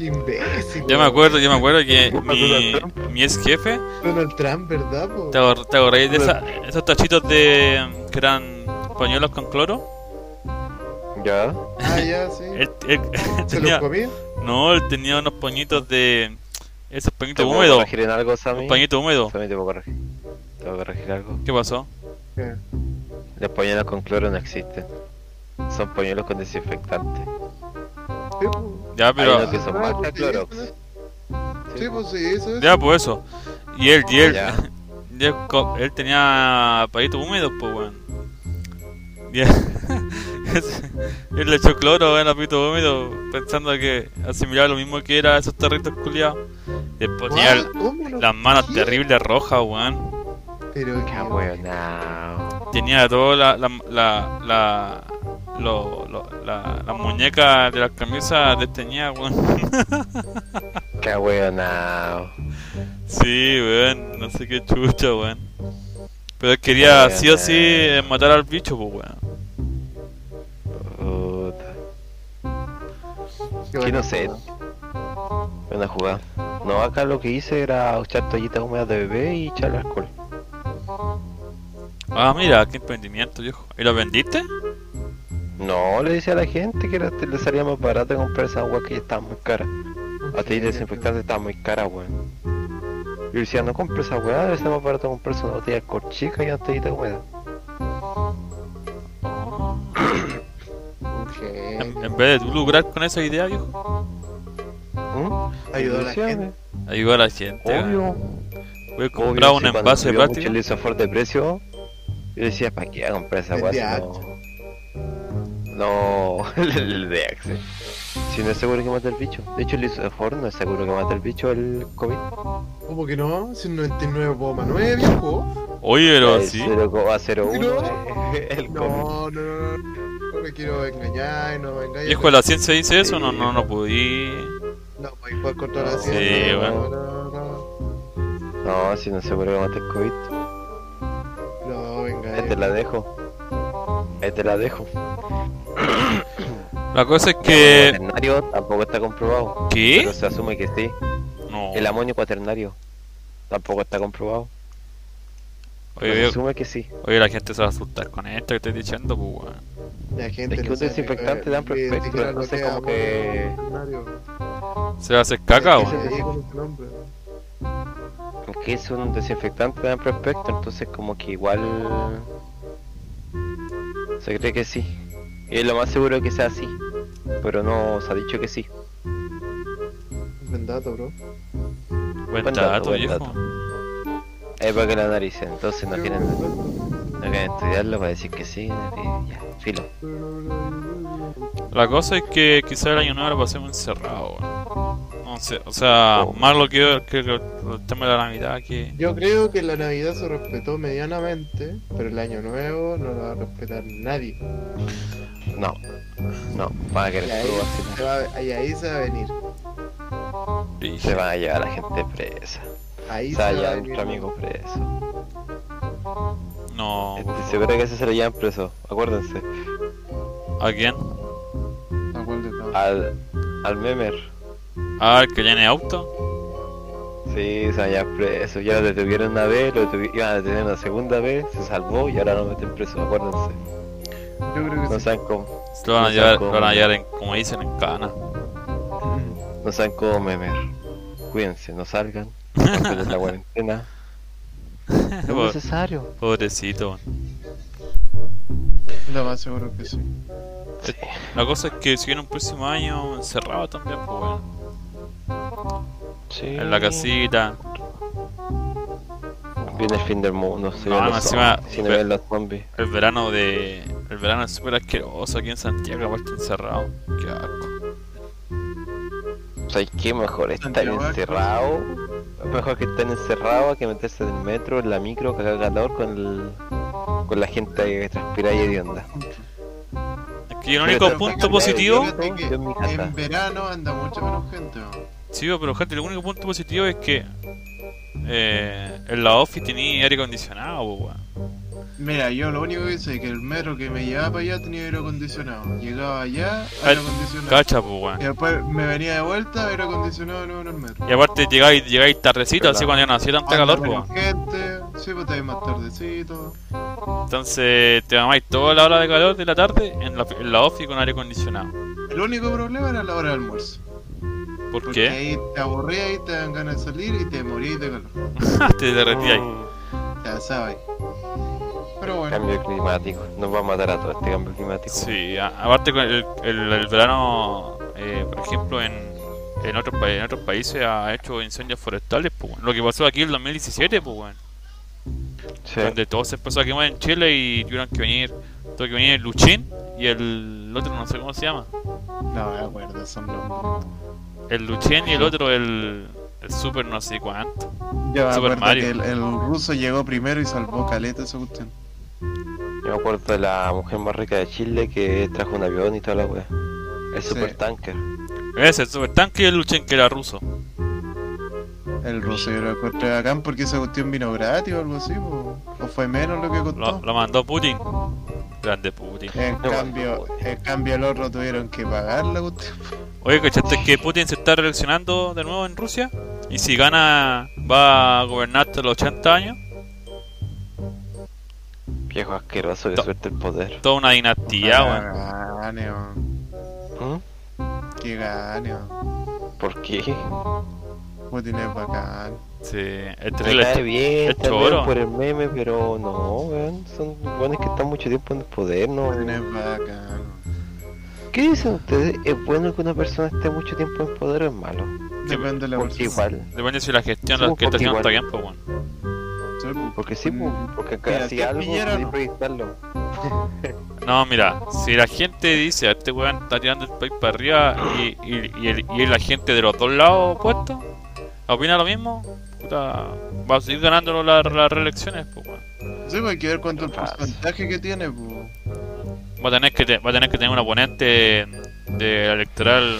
S3: Imbécil.
S1: Yo me
S3: weón.
S1: acuerdo, yo me acuerdo que
S2: Puta,
S1: mi,
S2: Donald
S1: mi ex jefe,
S3: Donald Trump, ¿verdad? po?
S1: ¿te acor- te acordáis de esa- esos tachitos de que eran pañuelos con cloro?
S2: Ya,
S3: Ah, ya, sí.
S1: Él, él-
S3: ¿Se los
S1: tenía,
S3: comía?
S1: no, él tenía unos pañitos de esos pañitos
S2: ¿te puedo
S1: húmedos,
S2: corregir en algo, Sammy?
S1: un pañito húmedo.
S2: Sammy, te puedo corregir. Te puedo corregir algo.
S1: ¿Qué pasó?
S3: ¿Qué?
S2: Los pañuelos con cloro no existen. Son pañuelos con desinfectante.
S3: Sí, po.
S1: Ya,
S2: Hay
S1: pero
S2: unos que son
S3: Ah,
S2: más
S3: pues
S2: que
S3: sí,
S2: Clorox.
S3: sí.
S2: Sí,
S3: Sí, pues sí, eso es.
S1: ya pues eso. Y él, y él,
S2: Ya.
S1: y él, co- él tenía pañitos húmedos, pues weón. Y él, él le echó cloro weón, a pañitos húmedos, pensando que asimilaba lo mismo que era esos tarritos culiados. Después tenía el-
S3: Guau, ¿cómo lo-
S1: Las manos
S3: ¿Qué?
S1: terribles rojas, weón.
S3: Pero
S2: Qué
S3: qué
S2: abuelonao.
S1: Tenía toda la. la. la. la, lo- lo- la- las muñecas de las camisas desteñidas, weón.
S2: Qué abuelonao.
S1: Sí, weón. No sé qué chucha, weón. Pero él quería
S2: Ay,
S1: sí o sí
S2: ay.
S1: eh, matar al bicho, pues, weón.
S2: Puta.
S3: qué bueno.
S2: no sé. Buena jugada. No, acá lo que hice era echar toallitas húmedas de bebé y echar alcohol.
S1: Ah, mira, qué emprendimiento, viejo. ¿Y lo vendiste?
S2: No, le decía a la gente que era, le salía más barato comprar esa agua que ya estaba muy cara. A ti desinfectante estaba muy cara, weón. Yo le decía, no compres esa weá, debe ser más barato comprarse una botella de alcohol chica y una toallita húmeda.
S3: Un
S1: En,
S3: genio.
S1: en vez de tú lucrar con esa idea, viejo.
S2: ¿Mm?
S3: Ayudó a la
S2: Decía,
S3: gente.
S1: Ayuda a la gente, weón.
S2: Obvio.
S1: Voy a
S2: Obvio,
S1: comprar
S2: si
S1: un
S2: cuando
S1: envase de
S2: subió mucho
S1: plástico.
S2: el isofor de precio, yo decía, ¿para qué voy a comprar esa
S3: El
S2: weá?
S3: de
S2: si No, no, el- el de Axe. Si no es seguro que mata el bicho. De hecho, el isofor no es seguro que mata el bicho el COVID.
S3: ¿Cómo que no? Si un 99,9 viejo.
S1: Oye, pero
S2: El
S1: sí.
S2: 0,01 es el COVID.
S3: No, no, no, no. No me quiero engañar y no me engañes.
S1: Viejo, la ciencia dice eso, no,
S2: Sí,
S1: no, no podí.
S3: No, voy a jugar contra la
S2: Sí,
S3: ciencia. no,
S1: bueno.
S3: No, no,
S2: No, si no es seguro que mata el COVID.
S3: no. No, venga.
S2: Ahí te la dejo. Ahí te la dejo.
S1: La cosa es que.
S2: Cuaternario tampoco está comprobado.
S1: ¿Qué?
S2: Pero se asume que sí.
S1: No.
S2: El amonio cuaternario tampoco está comprobado. Pero
S1: Oye,
S2: se
S1: viejo,
S2: asume que sí.
S1: oye, la gente se va a asustar con esto que estoy diciendo, pues, weón.
S3: La gente
S2: Es que
S3: no
S2: un
S3: sabe,
S2: desinfectante
S3: eh,
S2: dan perfecto,
S3: ni siquiera
S2: entonces
S3: lo
S2: como que-
S3: Mario.
S1: Se va a hacer caca,
S2: Sí,
S1: weón.
S3: Ahí con ese nombre.
S2: Porque es un desinfectante de amplio espectro, entonces como que igual... Se cree que sí. Y es lo más seguro que sea así. Pero no se ha dicho que sí.
S3: Buen dato, bro.
S1: Buen
S2: Buen dato,
S1: dato,
S2: buen
S1: viejo.
S2: dato. Es para que lo analicen, entonces no quieren, no quieren estudiarlo para decir que sí. y ya, filo.
S1: La cosa es que quizás el año nuevo lo pasemos encerrado, weón. No sé, o sea,
S2: Oh.
S1: más lo que que el tema de la Navidad que.
S3: Yo creo que la Navidad se respetó medianamente, pero el Año Nuevo no lo va a respetar nadie.
S2: No, no, van a
S3: Y
S2: querer
S3: ahí,
S2: puro vacilar.
S3: se va, y ahí se va a venir.
S2: Se van a llevar a la gente presa.
S3: Ahí
S2: Se
S3: se
S2: va
S3: va
S2: a
S3: a
S2: llevar a
S3: venir.
S2: nuestro amigo preso.
S1: No, por
S2: Estoy
S1: favor.
S2: seguro que ese Este se lo llevan preso, acuérdense.
S1: ¿A quién?
S3: ¿A Ah, cuál de todos?
S2: Al, al memer.
S1: ¿A el que llene auto?
S2: Sí, se va a llevar preso. Ya lo detuvieron una vez, lo detuvi- iban a detener una segunda vez, se salvó y ahora lo meten preso, acuérdense.
S3: Yo creo que
S2: No
S3: sí.
S2: saben cómo,
S1: Se lo van a
S2: No sé
S1: llevar, lo
S2: cómo.
S1: van a llevar en, como dicen, en cana.
S2: no saben cómo memer. cuídense, no salgan. Porque la cuarentena. No es necesario.
S1: Pobrecito, weón.
S3: Lo más seguro que sí.
S2: Sí.
S1: La cosa es que si viene un próximo año encerrado también, pues weón. En la casita.
S2: Viene el fin del mundo, se
S1: No,
S2: ven
S1: más
S2: los
S1: encima-
S2: zombies, se ven los zombies.
S1: El verano de. El verano es súper asqueroso aquí en Santiago, aparte encerrado. Qué asco.
S2: ¿Sabes qué? Mejor estar
S3: Santiago,
S2: encerrado. Mejor que estar encerrado que meterse en el metro, en la micro, cagar calor con el, con la gente que transpira y hedionda.
S1: Aquí el
S2: Pero
S1: único
S2: tampoco
S1: punto
S2: hay-
S1: positivo.
S3: Fíjate que
S2: Yo en mi casa.
S3: En verano anda mucho menos gente. weón.
S1: Sí, pero gente, el único punto positivo es que. eh, en la office tenía aire acondicionado, pues, weón.
S3: Mira, yo lo único que sé es que el metro que me llevaba para allá tenía aire acondicionado. Llegaba allá,
S1: Ay,
S3: aire acondicionado.
S1: Cacha, pues, weón.
S3: Y después me venía de vuelta, aire acondicionado de nuevo en el metro.
S1: Y aparte llegáis, llegáis tardecito, así
S2: Verdad.
S1: cuando ya no hacía tanta
S3: Anda
S1: calor,
S3: menos
S1: pues.
S3: gente, sí, pues te ves más tardecito.
S1: Entonces te mamáis toda la hora de calor de la tarde en la, en la office con aire acondicionado.
S3: El único problema era la hora del almuerzo.
S1: ¿Por
S3: Porque
S1: qué?
S3: ahí te aburrías y te dan ganas de salir y te morías de calor.
S1: te derretíais.
S2: Oh.
S3: Te asabas. Pero bueno,
S2: Cambio climático, nos va a matar a todo este cambio climático.
S1: Sí, a- aparte con el, el- el verano, eh, por ejemplo, en, en, otros, pa- en otros países ha hecho incendios forestales, pues, weón. lo que pasó aquí en el 2017, pues, weón.
S2: Sí.
S1: donde todo se empezó a quemar en Chile y tuvieron que venir, tuvo que venir el Luchín y el otro, no sé cómo se llama,
S3: no me acuerdo, son nombres.
S1: el Luchín y el otro, el, el Super no sé cuánto.
S3: Yo me
S1: Super
S3: acuerdo
S1: Mario.
S3: que el, el ruso llegó primero y salvó caleta esa cuestión.
S2: Yo me acuerdo de la mujer más rica de Chile que trajo un avión y toda la wea. El
S3: Sí.
S2: super tanker.
S1: Ese, el Super Tanque y el Luchín que era ruso.
S3: El ruso yo lo encontré bacán porque esa cuestión vino gratis o algo así, po. o fue menos lo que
S1: Lo,
S2: Ah.
S3: costó.
S1: lo mandó Putin. Grande Putin.
S3: En
S2: No,
S3: cambio,
S2: no,
S3: en cambio el otro tuvieron que pagar la cuestión.
S1: Oye, ¿cachaste que Putin se está reeleccionando de nuevo en Rusia? Y si gana, va a gobernar hasta los 80 años.
S2: Viejo asqueroso que
S1: To-
S2: suelta el poder.
S1: Toda una
S2: Ah.
S1: dinastía, weón.
S3: Que gane, weón.
S2: ¿Mm?
S3: Que gane, weón.
S2: ¿Por qué?
S3: Putin es bacán.
S1: Sí, es
S2: Me cae
S1: terrible.
S2: bien,
S1: es
S2: tal vez
S1: choro.
S2: por el meme, pero no, weón. Son buenos que están mucho tiempo en el poder, ¿no?
S3: Putin es bacán.
S2: ¿Qué dicen ustedes? ¿Es bueno que una persona esté mucho tiempo en poder o es malo?
S3: Depende de la
S2: Porque
S3: persona.
S2: igual.
S1: Depende si la gestión,
S2: Sí,
S1: la que está
S2: porque
S1: haciendo está bien,
S2: igual.
S1: pues, weón.
S3: Sí, po.
S2: Porque sí,
S3: Mm.
S2: pues, porque
S3: Mira,
S2: casi
S3: ¿tú
S2: algo
S3: pillero o
S2: podéis
S3: no?
S2: proyectarlo.
S1: No, mira, si la gente dice, este weón está tirando el país para arriba y, y, y, el- y la gente de los dos lados opuestos opina lo mismo, puta, va a seguir ganando la- las reelecciones, pues, weón.
S3: Sí, pues hay que ver cuánto el
S2: Raza.
S3: porcentaje que tiene, po.
S1: Va a tener que, te- va a tener que tener un oponente de electoral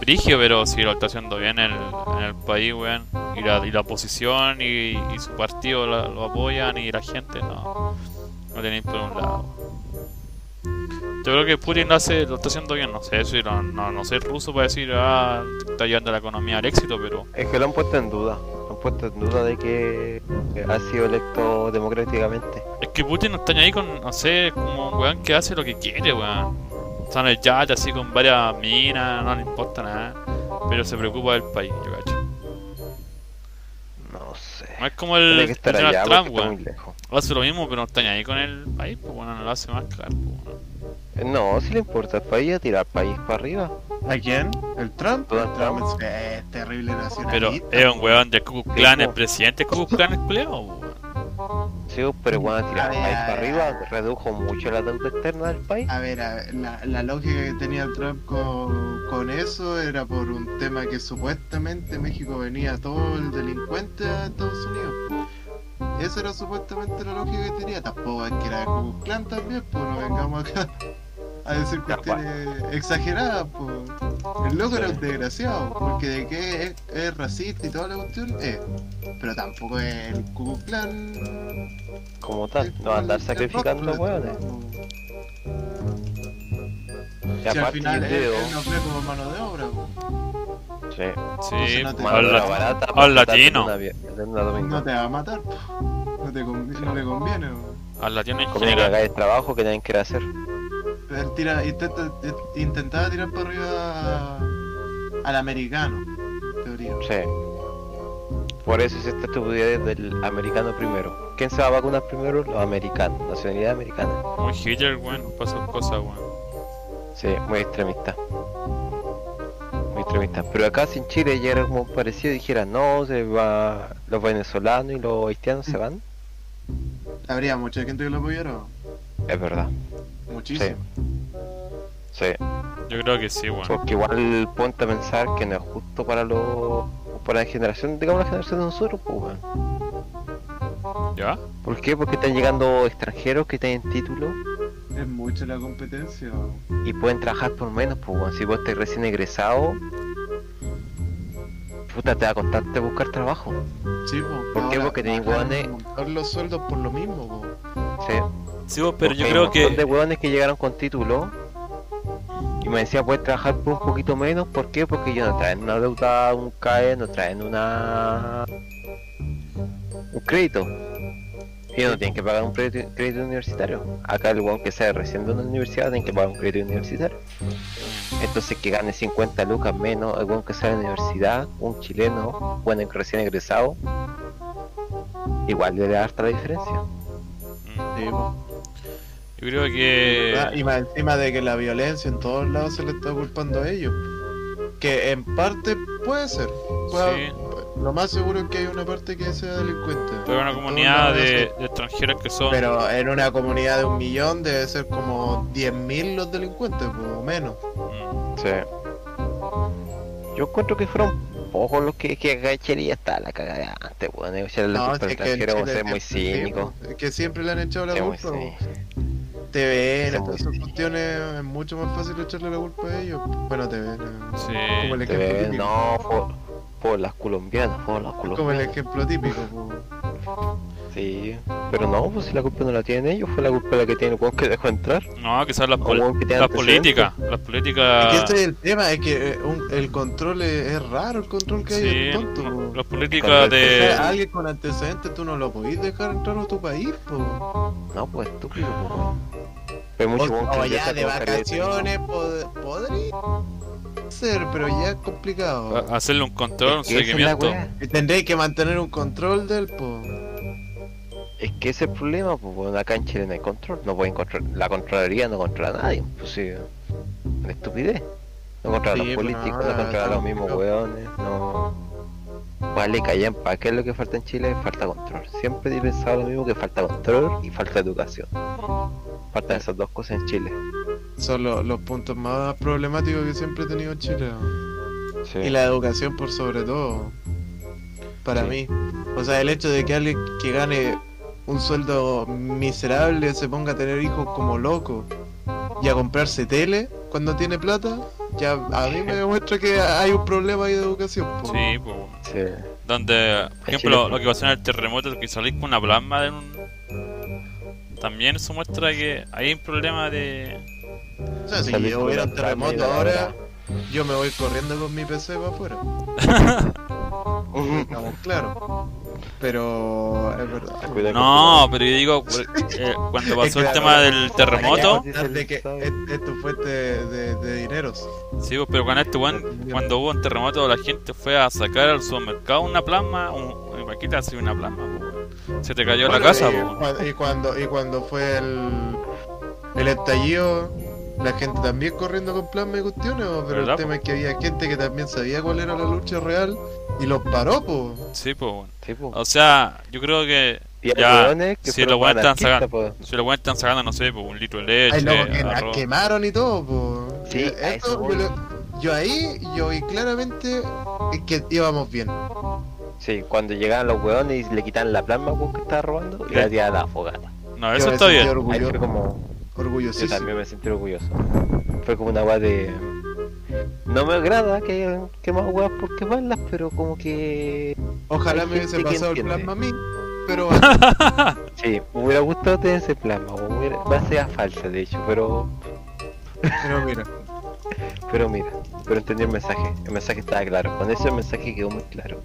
S1: brigio, pero si lo está haciendo bien en el, en el país, weón. Y la, y la oposición y, y su partido la- lo apoyan y la gente, no. No tenéis por un lado. Yo creo que Putin lo, hace, lo está haciendo bien, no sé, si no, no, no soy ruso para decir, ah, está llevando la economía al éxito, pero
S2: Es que lo han puesto en duda. Lo han puesto en duda de que ha sido electo democráticamente.
S1: Es que Putin no está ni ahí con, no sé, como un weón que hace lo que quiere, weón. Está en el yate así con varias minas, no le importa nada. Pero se preocupa del país, yo cacho.
S2: No sé.
S1: No es como
S2: Tiene
S1: el,
S2: que
S1: el
S2: estar
S1: Donald
S2: allá
S1: Trump,
S2: porque está muy
S1: weón.
S2: lejos.
S1: Hace lo mismo, pero no está ni ahí con el país, pues bueno, no lo hace más caro, pues, weón.
S2: Eh, No, si le importa al país, a tirar al país para arriba.
S3: ¿A quién? ¿El Trump?
S2: Donald
S3: El Trump es, eh, es terrible
S1: Pero
S3: nacionalista.
S1: es un weón de Ku Klux Klan,
S2: Sí,
S1: el
S2: po.
S1: presidente de Ku Klux Klan, es culiao, weón.
S2: Sí, pero bueno, a tirar al
S3: Ay,
S2: país
S3: ay,
S2: para arriba
S3: ay. Ah.
S2: redujo mucho la deuda externa del país.
S3: A ver, a ver, la, la lógica que tenía Trump con, con eso era por un tema que supuestamente México venía todo el delincuente a Estados Unidos. po. Esa era supuestamente la lógica que tenía. Tampoco es que era como un clan también, pues no vengamos acá a decir
S2: Tal cual.
S3: cuestiones exageradas. po. El loco era un desgraciado, porque de que es, es racista y toda la cuestión es. Pero tampoco es el Ku Klux Klan
S2: Como tal, no andar sacrificando hueones.
S3: pues.
S2: Y
S3: Si al
S2: aparte, yo
S3: final eh, él,
S2: creo.
S3: él nos ve como mano de obra, po.
S2: Sí,
S1: Sí,
S3: no te-
S1: pues, al
S2: mano
S1: la-
S2: barata.
S1: al
S2: para tratar
S1: latino.
S2: de una vie- de una domingo.
S3: no te va a matar. po. No, te convi- no le conviene. po.
S1: al latino en
S2: Como que haga
S1: general.
S2: el trabajo que nadie quiere hacer.
S3: Él tira, eh, intenta- intentaba tirar para arriba al americano. en teoría. teoría.
S2: Sí. Por eso es esta estupidez del americano primero. ¿Quién se va a vacunar primero? Los americanos. Nacionalidad americana.
S1: Muy Hitler, weón. Pasó cosas, weón.
S2: Sí, muy extremista. Muy extremista. Pero acá si en Chile ya era como parecido, dijera, no, se va los venezolanos y los haitianos se van.
S3: Habría mucha gente que lo apoyara.
S2: Es verdad.
S3: Muchísimo.
S2: Sí.
S1: Yo creo que sí, weón.
S2: Porque igual ponte a pensar que no es justo para los para la generación, digamos la generación de nosotros, pues, weón.
S1: ¿Ya?
S2: ¿Por qué? Porque están llegando extranjeros que tienen título
S3: Es mucha la competencia.
S2: y pueden trabajar por menos, pues, weón. Si vos estás recién egresado, puta, te va a costarte buscar trabajo.
S3: Sí, po.
S2: ¿Por qué?
S3: Ahora
S2: Porque tenéis
S3: bajaron
S2: hueones-
S3: un montón los sueldos por lo mismo, po.
S2: Sí.
S1: Sí, weón, pero
S2: Porque
S1: yo
S2: hay
S1: creo
S2: un montón de
S1: que.
S2: hueones que llegaron con título y me decían, puedes trabajar por un poquito menos. ¿Por qué? Porque ellos no traen una deuda, un CAE, no traen una. un crédito. Ellos no tienen que pagar un crédito, crédito universitario. Acá el hueón que sea recién de una universidad tiene que pagar un crédito universitario. Entonces que gane 50 lucas menos, el hueón que sea de la universidad, un chileno, bueno recién egresado, igual le da harta la diferencia.
S1: Mm,
S3: Sí, po.
S1: Yo creo que.
S3: Ah, Y más encima de que la violencia en todos lados se le está culpando a ellos. Que en parte puede ser. Puede-
S1: Sí.
S3: Lo más seguro es que hay una parte que sea delincuente.
S1: Pero una
S3: En todos
S1: comunidad
S3: lados
S1: de,
S3: eso.
S1: de extranjeros que son.
S3: Pero en una comunidad de un millón debe ser como 10.000 los delincuentes, po, o menos.
S1: Mm,
S2: Sí. Yo encuentro que fueron pocos los que, que acá en Chile ya está la cagada antes, weón. Bueno, los
S3: No,
S2: culpa
S3: si
S2: al
S3: es que en
S2: extranjero, vamos a
S3: Chile
S2: ser muy
S3: siempre-
S2: cínicos.
S3: sí, pues, po. Es que siempre le han echado la
S2: ser muy
S3: culpa. po.
S2: cínicos.
S3: TVN,
S2: Somos-
S3: todas esas cuestiones, es mucho más fácil echarle la culpa a ellos. Bueno, TVN. eh,
S1: Sí.
S3: Como el
S2: Te
S3: ejemplo
S2: ven,
S3: típico.
S2: no, por, por las colombianas, por las
S3: Como el
S2: colombianas.
S3: ejemplo típico. po.
S2: Sí, pero no, pues si la culpa no la tienen ellos, fue la culpa la que tiene el weón que dejó entrar.
S1: No, quizás las,
S2: O
S1: pol-
S2: weón que tiene
S1: las
S2: antecedentes.
S1: políticas. Las
S3: Es que
S1: políticas.
S3: ese es el tema, es que eh, un- el control es, es raro, el control que hay
S1: Sí,
S3: es tonto. po.
S1: las políticas
S3: O
S1: de.
S3: sea, alguien con antecedentes tú no lo podís dejar entrar a tu país, po.
S2: No, pues estúpido, pues, weón. Pero hay
S3: O,
S2: mucho weón que
S3: o
S2: ingresa
S3: ya de
S2: con caleta de
S3: vacaciones, pod- podría ser, pero ya es complicado.
S1: a- Hacerle un control, un
S2: tiempo. Es que esa es la
S1: seguimiento.
S2: weá.
S3: Y Tendréis que mantener un control del, po.
S2: Es que ese es el problema, pues bueno, acá en Chile no hay control, no pueden controlar, la Contraloría no controla a nadie, pues sí, una estupidez. No controla a
S3: Sí,
S2: los
S3: pues,
S2: políticos,
S3: no,
S2: no controla a
S3: está
S2: los mismos
S3: complicado.
S2: hueones, no... Vale, callan, ¿para qué es lo que falta en Chile? Falta control. Siempre he pensado lo mismo que falta control y falta educación. Faltan esas dos cosas en Chile.
S3: Son lo- los puntos más problemáticos que siempre he tenido en Chile.
S2: Sí.
S3: Y la educación por sobre todo. Para
S2: Sí.
S3: mí. O sea, el hecho de que alguien que gane un sueldo miserable se ponga a tener hijos como loco y a comprarse tele cuando tiene plata, ya a mí me demuestra que hay un problema ahí de educación. po.
S1: Sí, pues. weón.
S2: Sí.
S1: Donde, por
S2: Chile,
S1: ejemplo,
S2: pues.
S1: lo que pasó en el terremoto, que salís con una plasma en un. También eso muestra que hay un problema de.
S3: O sea, si
S2: Salí
S3: yo
S2: con
S3: hubiera
S2: la
S3: un terremoto
S2: familia
S3: ahora, yo me voy corriendo con mi PC para afuera. Estamos claro. Pero es verdad.
S2: Cuidado
S1: No, pero yo digo, por- eh, cuando pasó el tema del terremoto,
S3: de que es- esto fue de, de, de dineros.
S1: sí, pues, pero cuando, este weón- cuando hubo un terremoto, la gente fue a sacar al supermercado una plasma, un, una vaquita así, una plasma. pues, weón. Se te cayó la
S3: Bueno, eh,
S1: casa,
S3: y,
S1: pues, weón.
S3: cua- y cuando y cuando fue el el estallido, la gente también corriendo con plan me cuestiones, bo, pero
S1: ¿Verdad,
S3: el tema es que había gente que también sabía cuál era la lucha real y los paró, po.
S1: Sí, pues, weón.
S2: Sí, pues.
S1: O sea, yo creo que
S2: Y hay
S1: ya,
S2: hueones que
S1: si los
S2: fueron
S1: hueones están
S2: anarquistas,
S1: sacando-
S2: pues.
S1: si los weones están sacando, no sé, pues, un litro de
S3: Hay
S1: leche,
S3: locos que la
S1: arroz.
S3: quemaron y todo, po.
S2: Sí,
S3: Y
S2: a eso
S3: eso yo,
S2: voy.
S3: lo- yo ahí yo vi claramente que íbamos bien.
S2: Sí, cuando llegaban los hueones y le quitaban la plasma weón, que estaba robando y
S1: Ya.
S2: la tiraban a la fogata.
S1: No,
S3: Yo
S1: eso
S3: me
S1: está
S3: sentí
S1: bien.
S2: Ahí fue
S3: orgullo-
S2: como... Yo
S3: orgullosísimo.
S2: también me sentí orgulloso. Fue como una weá de. No me agrada que hayan quemado weas por quemarlas, pero como que.
S3: Ojalá
S2: Hay
S3: me hubiese
S2: gente que
S3: pasado el
S2: entiende.
S3: plasma a mí, pero
S2: Sí, me hubiera gustado tener ese plasma, weón, hubiera- va a ser falsa de hecho, pero.
S3: pero mira.
S2: Pero mira, pero entendí el mensaje. El mensaje estaba claro. Con ese mensaje quedó muy claro.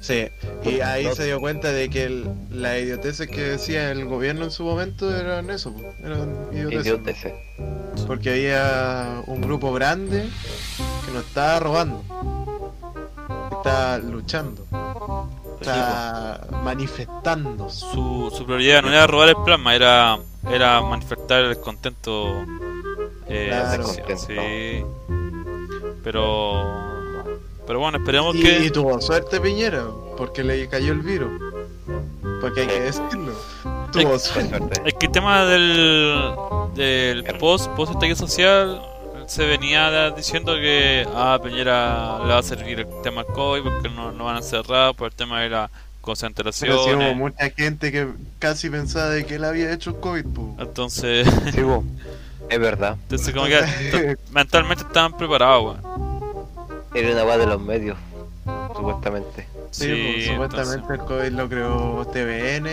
S3: Sí, y ahí
S2: No-
S3: se dio cuenta de que el- las idioteces que decía el gobierno en su momento eran eso, po, eran idioteces.
S2: Idioteces.
S3: Porque había un grupo grande que nos estaba robando. está luchando. Está manifestándose.
S1: Su, su prioridad no era robar el plasma, era, era manifestar el descontento. eh,
S3: Claro.
S1: social, sí. Pero. Pero bueno, esperemos
S3: Y, y
S1: que.
S3: tuvo suerte Piñera, porque le cayó el virus. Porque hay que decirlo. Tuvo
S2: Qué
S3: suerte.
S2: suerte.
S1: Es que el tema del, del post, post estallido social, se venía diciendo que a Peñera le va a servir el tema del COVID porque no, no van a cerrar por el tema de la
S3: Pero sí hubo
S1: concentración.
S3: mucha gente que casi pensaba de que él había hecho COVID, po.
S1: Entonces,
S2: Sí, bo. Es verdad.
S1: entonces como que t- mentalmente estaban preparados, weón.
S2: Era una weá de los medios, supuestamente.
S3: Sí,
S1: Sí,
S3: po, supuestamente
S1: entonces,
S3: el COVID lo creó TVN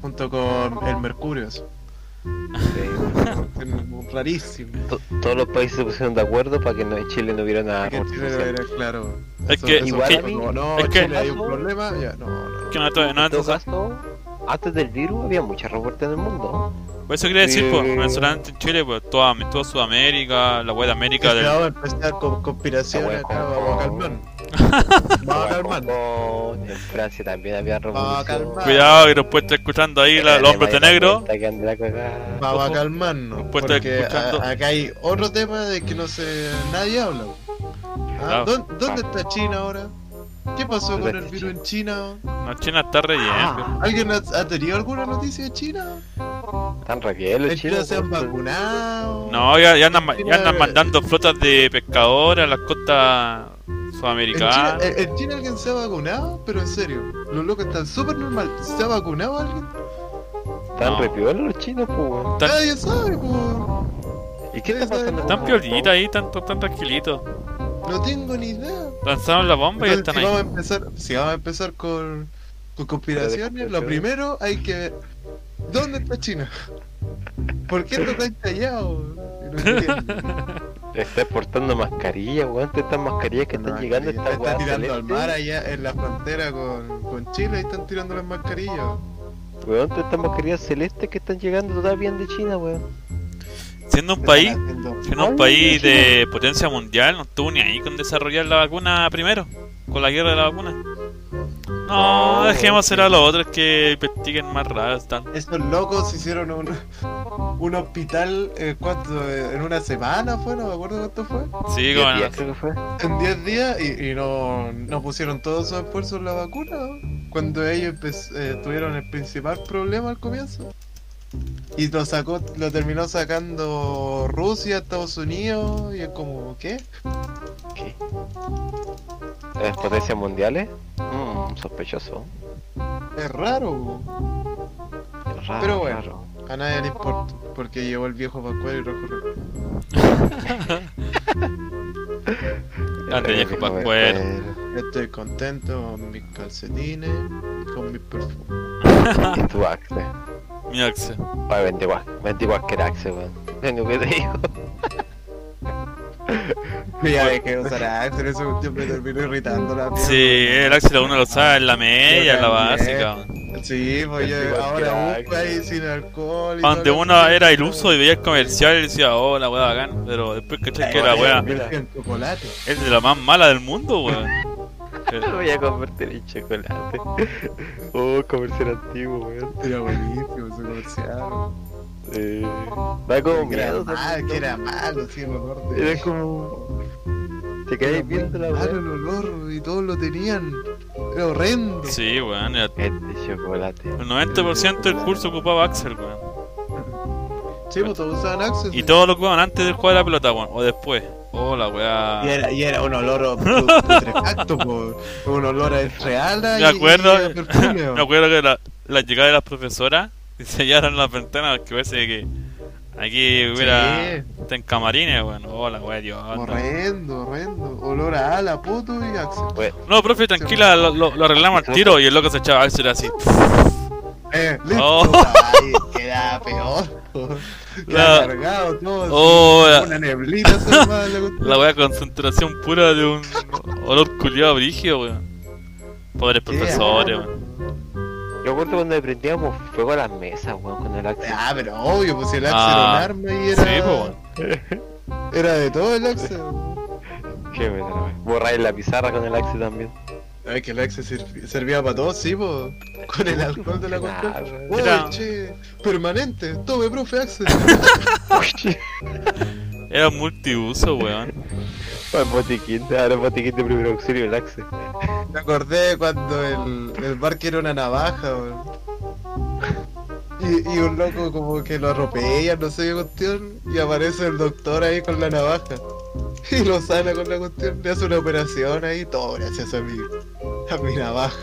S3: junto con el Mercurio. eso.
S2: Sí.
S3: Es Rarísimo.
S2: To- Todos los países se pusieron de acuerdo para que no, en Chile no hubiera nada.
S3: Que en Chile lo Ah, era claro.
S1: Es
S3: Eso-
S1: que-
S3: eso
S2: Igual
S3: fue
S2: a mí-
S3: como, no,
S1: es que-
S3: Chile hay un problema, ya, no, no.
S1: que no, todavía no,
S2: En todo
S1: entonces,
S2: caso, antes del virus había mucha revuelta en el mundo.
S1: por eso quería
S3: eh,
S1: decir, pues,
S2: Sí.
S1: venezolanos en Chile, pues, toda, toda Sudamérica, la wea de América, del-
S3: Vamos Este a empezar con conspiraciones
S2: Ah,
S3: acá,
S2: bueno,
S3: vamos a
S2: con-
S3: calmar. Vamos a calmar.
S2: Japón, En Francia también había
S3: Vamos a
S2: revolución.
S3: calmar.
S1: cuidado que nos puede estar escuchando ahí la- los hombres de negro.
S2: Está que ande la cagada.
S3: Vamos a
S1: Ojo.
S3: calmarnos.
S1: Pues está
S3: Porque
S1: escuchando.
S3: a- acá hay otro tema de que no sé, nadie habla. weón. Ah,
S1: Claro.
S3: ¿dó- ¿Dónde, está China ahora? ¿Qué pasó
S2: ¿Dónde
S3: con el
S2: está
S3: virus en China?
S1: No, China está re bien,
S3: Ah.
S1: pues.
S3: ¿Alguien ha, ha tenido alguna noticia de China?
S2: Están re bien los
S3: ¿En China
S2: chinos.
S3: se han
S2: pues.
S3: vacunado?
S1: No, ya, ya andan, ma-
S3: China-
S1: ya andan mandando flotas de pescadores a las costas
S3: ¿En China,
S1: sudamericanas.
S3: en- eh, en China alguien se ha vacunado? Pero en serio, los locos están súper normal. ¿Se ha vacunado alguien?
S2: Están
S1: No.
S2: re piola los chinos, pues. weón.
S1: Tan-
S3: Nadie sabe, po.
S2: ¿Y qué está pasando?
S1: Están
S2: con-
S1: piolitas ahí, están, están tranquilitos.
S3: No tengo ni idea.
S1: Lanzaron la bomba y ya están
S3: Entonces, si, vamos
S1: ahí.
S3: a empezar, si vamos a empezar con, con conspiraciones, lo
S2: conspiraciones.
S3: primero hay que ver dónde está China. ¿Por qué está tan callado? No entiendo.
S2: Está exportando mascarillas, weón. Estas mascarillas que están llegando,
S3: Está,
S2: esta weá
S3: tirando al
S2: celeste,
S3: mar allá en la frontera con, con Chile y están tirando las mascarillas.
S2: Weón, todas estas mascarillas celestes que están llegando todavía de China, weón.
S1: Siendo un país,
S3: Están haciendo-
S1: siendo un país de potencia mundial, no estuvo ni ahí con desarrollar la vacuna primero, con la guerra de la vacuna. No,
S2: No,
S1: dejemos
S2: sí.
S1: hacer a los otros que investiguen más raro. Están.
S3: Estos locos hicieron un, un hospital, eh, ¿cuánto? Eh, ¿En una semana fue? No me acuerdo cuánto fue.
S1: Sí,
S2: Diez
S1: como
S2: días
S1: no.
S2: creo que fue.
S3: en 10 días y, y no, no pusieron todo su esfuerzo en la vacuna ¿no? cuando ellos empe- eh, tuvieron el principal problema al comienzo y lo sacó lo terminó sacando Rusia Estados Unidos y es como qué
S2: ¿Qué? ¿Las potencias mundiales? Mmm, sospechoso.
S3: es raro po.
S2: Raro,
S3: Pero bueno.
S2: raro.
S3: a nadie le importa porque llegó el viejo Pascual y rojo Rojo.
S1: Ande, viejo
S2: Pero,
S1: Pascual.
S2: eh,
S3: estoy contento con mis calcetines con mis perfumes
S2: Y tu Axe.
S1: Mi Axel.
S2: Ay, vente guas- vente cualquier Axe, weón. Vengo que te digo.
S3: ya ve que usar a Axel ese cuestión me terminó irritando la mierda.
S1: Sí, el Axel uno lo sabe, en la media, en la
S3: Yo
S1: básica.
S3: Sí,
S2: Es
S3: pues yo
S2: igual
S3: ahora
S2: que
S3: busco
S2: Axel.
S3: ahí sin alcohol. y
S1: Ante
S3: todo lo
S1: uno
S3: que-
S1: era iluso y veía el comercial y decía, oh, la wea bacán, pero después caché que
S2: Eh,
S1: la
S2: eh,
S1: wea
S2: eh.
S3: En chocolate.
S1: es de la más mala del mundo, weón.
S2: Me voy a convertir en chocolate. Oh, comercial antiguo, weón.
S3: Era buenísimo ese comercial.
S2: Eh, da como miedo.
S3: Era mal, que era malo, sí, el olor. de-
S2: Era como. Te quedáis
S3: Era muy
S2: viendo la
S3: malo
S2: weón.
S3: el olor y todos lo tenían. Era horrendo.
S1: Sí, weón, era-
S2: Este chocolate.
S1: el 90% del curso ocupaba Axel, weón.
S3: Sí, pues todos usaban Axel.
S1: Y todos lo ocupaban antes del juego de la pelota, weón, o después. Oh, la
S3: Y
S1: wea.
S3: era, y era un olor putrefacto, po. un olor a esfreala
S1: Me
S3: y,
S1: acuerdo,
S3: y a perfume.
S1: me acuerdo que la, la llegada de las profesoras y sellaron las ventanas que parece que aquí hubiera.
S3: Sí.
S1: Está en camarines, weón. Oh, la wea, Dios. no.
S3: Horrendo, horrendo. Olor a ala, puto y Axel.
S1: No, profe, tranquila, lo, lo- lo arreglamos al tiro y el loco se echaba Axel así.
S3: Eh, listo.
S1: Oh.
S3: Ay, queda peor. Queda
S1: La-
S3: cargado todo.
S1: Oh, la-
S3: Una neblina se armaba la cuestión.
S1: La wea concentración pura de un olor culiado brígido, weón. Pobres
S3: Qué
S1: profesores,
S3: asco.
S1: weón.
S2: Yo recuerdo cuando le prendíamos fuego a las mesas, weón, con el Axe.
S3: Ah, pero obvio, pues si el Axe
S1: Ah, pues,
S3: era un arma y era.
S1: Sí, po, weón.
S3: Era de todo el Axe.
S2: Qué buena la wea. Borrar la pizarra con el axe también.
S3: Ay, que el Axe sir- servía para todo, sí, po. Con el alcohol de la
S2: Nah,
S3: cuestión.
S2: weón.
S3: Uy,
S1: Era-
S3: che, permanente. Tome, profe Axe.
S1: Era multiuso, weón.
S2: Fue el botiquín, ahora el botiquín de primer auxilio el axe.
S3: Me acordé cuando el, el barque era una navaja, weón. Y, y un loco como que lo atropella, no sé qué cuestión, y aparece el doctor ahí con la navaja. Y lo sana con la cuestión, le hace una operación ahí, todo gracias a mi, a mi navaja.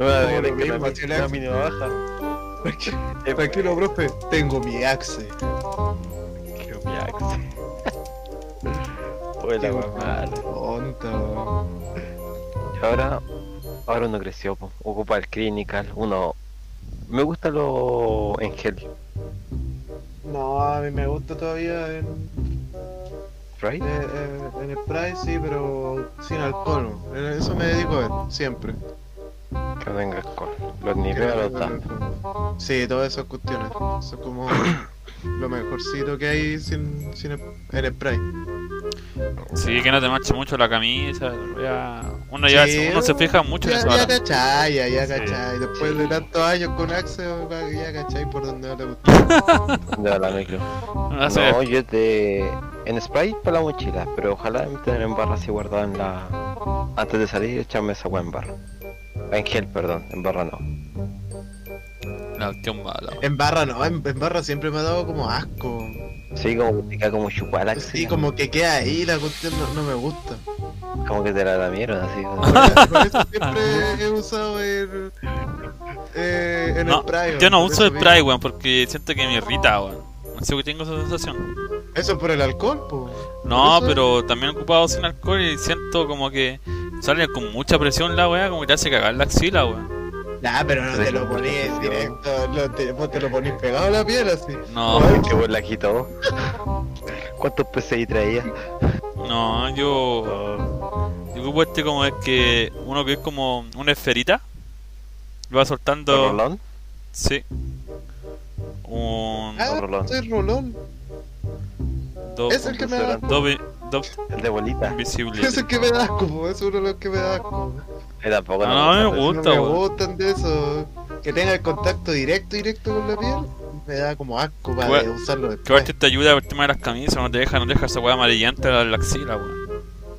S2: No me da
S3: Como
S2: de
S3: lo
S2: que la
S3: mismo,
S2: mi-
S3: si el
S2: la
S3: axe-
S2: mini baja.
S3: Eh, Tranquilo, profe, tengo mi axe.
S2: Creo mi axe. Fue la wea mala.
S3: Tonta, weón.
S2: Y ahora, ahora uno creció, po. ocupa el clinical, uno... Me gusta lo en gel,
S3: No, a mí me gusta todavía en,
S2: right?
S3: eh, eh, en spray, sí, pero sin alcohol. Eh, Eso me dedico a ver, siempre.
S2: Que no tenga alcohol. Los niveles los dan.
S3: Sí, todas esas cuestiones. Eso es como lo mejorcito que hay sin, sin en spray.
S1: Sí, que no te manche mucho la camisa. ya- Uno ya
S3: Sí,
S1: uno se fija mucho en
S3: Ya,
S1: eso
S3: ya
S1: ahora.
S3: cachai, ya, ya
S1: Sí.
S3: cachai. Después
S2: Sí.
S3: de tantos años con Axe, va- ya cachai por donde va la cuestión.
S2: De la micro.
S1: Uno hace-
S2: No, yo de... En spray para la mochila, pero ojalá tener en barra así guardada en la... Antes de salir echarme esa weá en barra. En gel, perdón, en barra no.
S1: No, qué mala.
S3: En barra no, en, en barra siempre me ha dado como asco.
S2: Sí, como que te queda como chupada la axila,
S3: Sí, como que queda ahí la cuestión, no, no me gusta.
S2: como que te la da mierda, así.
S3: Por eso siempre he usado el. eh, en
S1: No,
S3: spray.
S1: Yo
S3: weón,
S1: no
S3: por
S1: uso
S3: eso
S1: spray, weón, porque siento que me irrita, weón. No sé que tengo esa sensación.
S3: mismo. Eso es por el alcohol, po.
S1: No,
S3: Por eso-
S1: pero también he ocupado sin alcohol y siento como que sale con mucha presión la weá, como que te hace cagar la axila, weón.
S3: Nah, pero no
S2: Sí,
S3: te lo
S2: por
S3: ponís en
S2: supuesto.
S3: directo, lo te, vos te lo ponís pegado a la piel así.
S1: No,
S2: Que vos la quitó. ¿Cuántos PCI traía?
S1: no, yo, yo ocupo este como es que uno que es como una esferita, lo va
S2: ¿Un
S1: soltando,
S2: rolón?
S1: sí, un,
S3: Ah,
S2: rolón.
S3: soy rolón.
S1: dos,
S3: Es el que me da asco.
S1: dos, vi- dos
S2: El de bolita.
S3: Es
S1: invisibles.
S3: el que me da asco, po, es uno de los que me da asco.
S2: Eh, tampoco
S1: No, a mí me
S2: gusta.
S1: gusta,
S3: No me
S1: weón.
S3: gustan de eso. Que tenga el contacto directo, directo con la piel, me da como asco para
S1: Igual-
S3: usarlo
S1: Que aparte
S3: después.
S1: te ayuda el tema de las camisas, no te deja, no te deja esa weá amarillenta la, la axila, weón.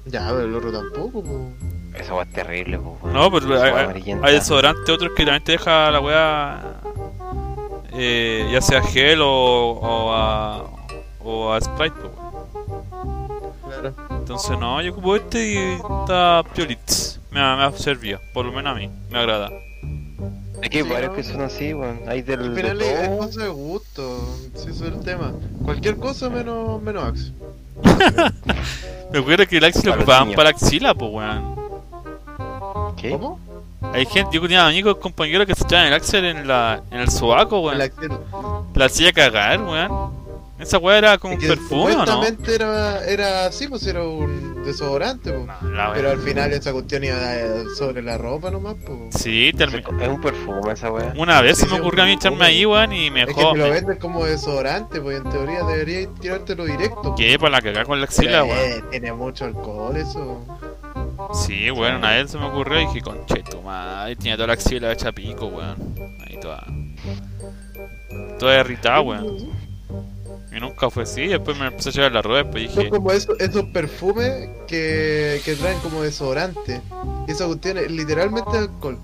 S3: Ya, pero el otro tampoco, po.
S2: Esa weá es terrible, po, weón.
S1: No, pero
S2: Esa
S1: hay-
S2: weá
S1: hay-
S2: amarillenta.
S1: Hay desodorante otros que también te deja la weá. eh, ya sea gel o, o a. o a Sprite, pues, weón.
S3: Claro.
S1: Entonces, no, yo ocupo este y está piolitz. Me ha, me ha servido, por lo menos a mí, me agrada.
S2: Es que hay
S3: Sí,
S2: varios
S3: no.
S2: que son así, weón. Hay del.
S3: Al
S2: de
S3: final es es
S2: todo.
S3: cosa de gusto, si eso es el tema. Cualquier cosa menos, menos Axe.
S1: Me acuerdo que el Axi lo
S2: Para los
S1: ocupaban
S2: niños.
S1: para axila, pues, weón.
S2: ¿Qué?
S3: ¿Cómo?
S1: Hay gente, yo tenía amigos, compañeros que se echaban el Axel en, la, en el sobaco, weón.
S3: El
S1: La...
S3: Axe-
S1: hacía cagar, weón. Esa weá era como
S3: Es
S1: un
S3: que
S1: perfume, ¿o ¿no?
S3: Supuestamente era, era así, pues era un desodorante, pues.
S1: No, la
S3: Pero
S1: weá.
S3: al final esa cuestión iba eh, sobre la ropa nomás, pues.
S1: Sí, termi-
S2: Es un perfume esa weá.
S1: Una vez
S3: Sí,
S1: se me
S3: sí,
S1: ocurrió a mí
S3: un-
S1: echarme ahí, weón, y me
S3: Es que
S1: dejó.
S3: te lo venden como desodorante, pues en teoría debería tirártelo directo.
S1: ¿Qué? Para la cagar con la axila,
S3: Pero,
S1: weón.
S3: eh, tiene mucho alcohol eso.
S1: Sí, weón, una vez se me ocurrió y dije, conche tu madre, tenía toda la axila hecha pico, weón. Ahí toda. Toda irritada, weón. Y nunca fue así, después me empecé a llevar la rueda, después
S3: Son
S1: dije,
S3: como esos, esos perfumes que, que traen como desodorante. Y esa cuestión es literalmente alcohol.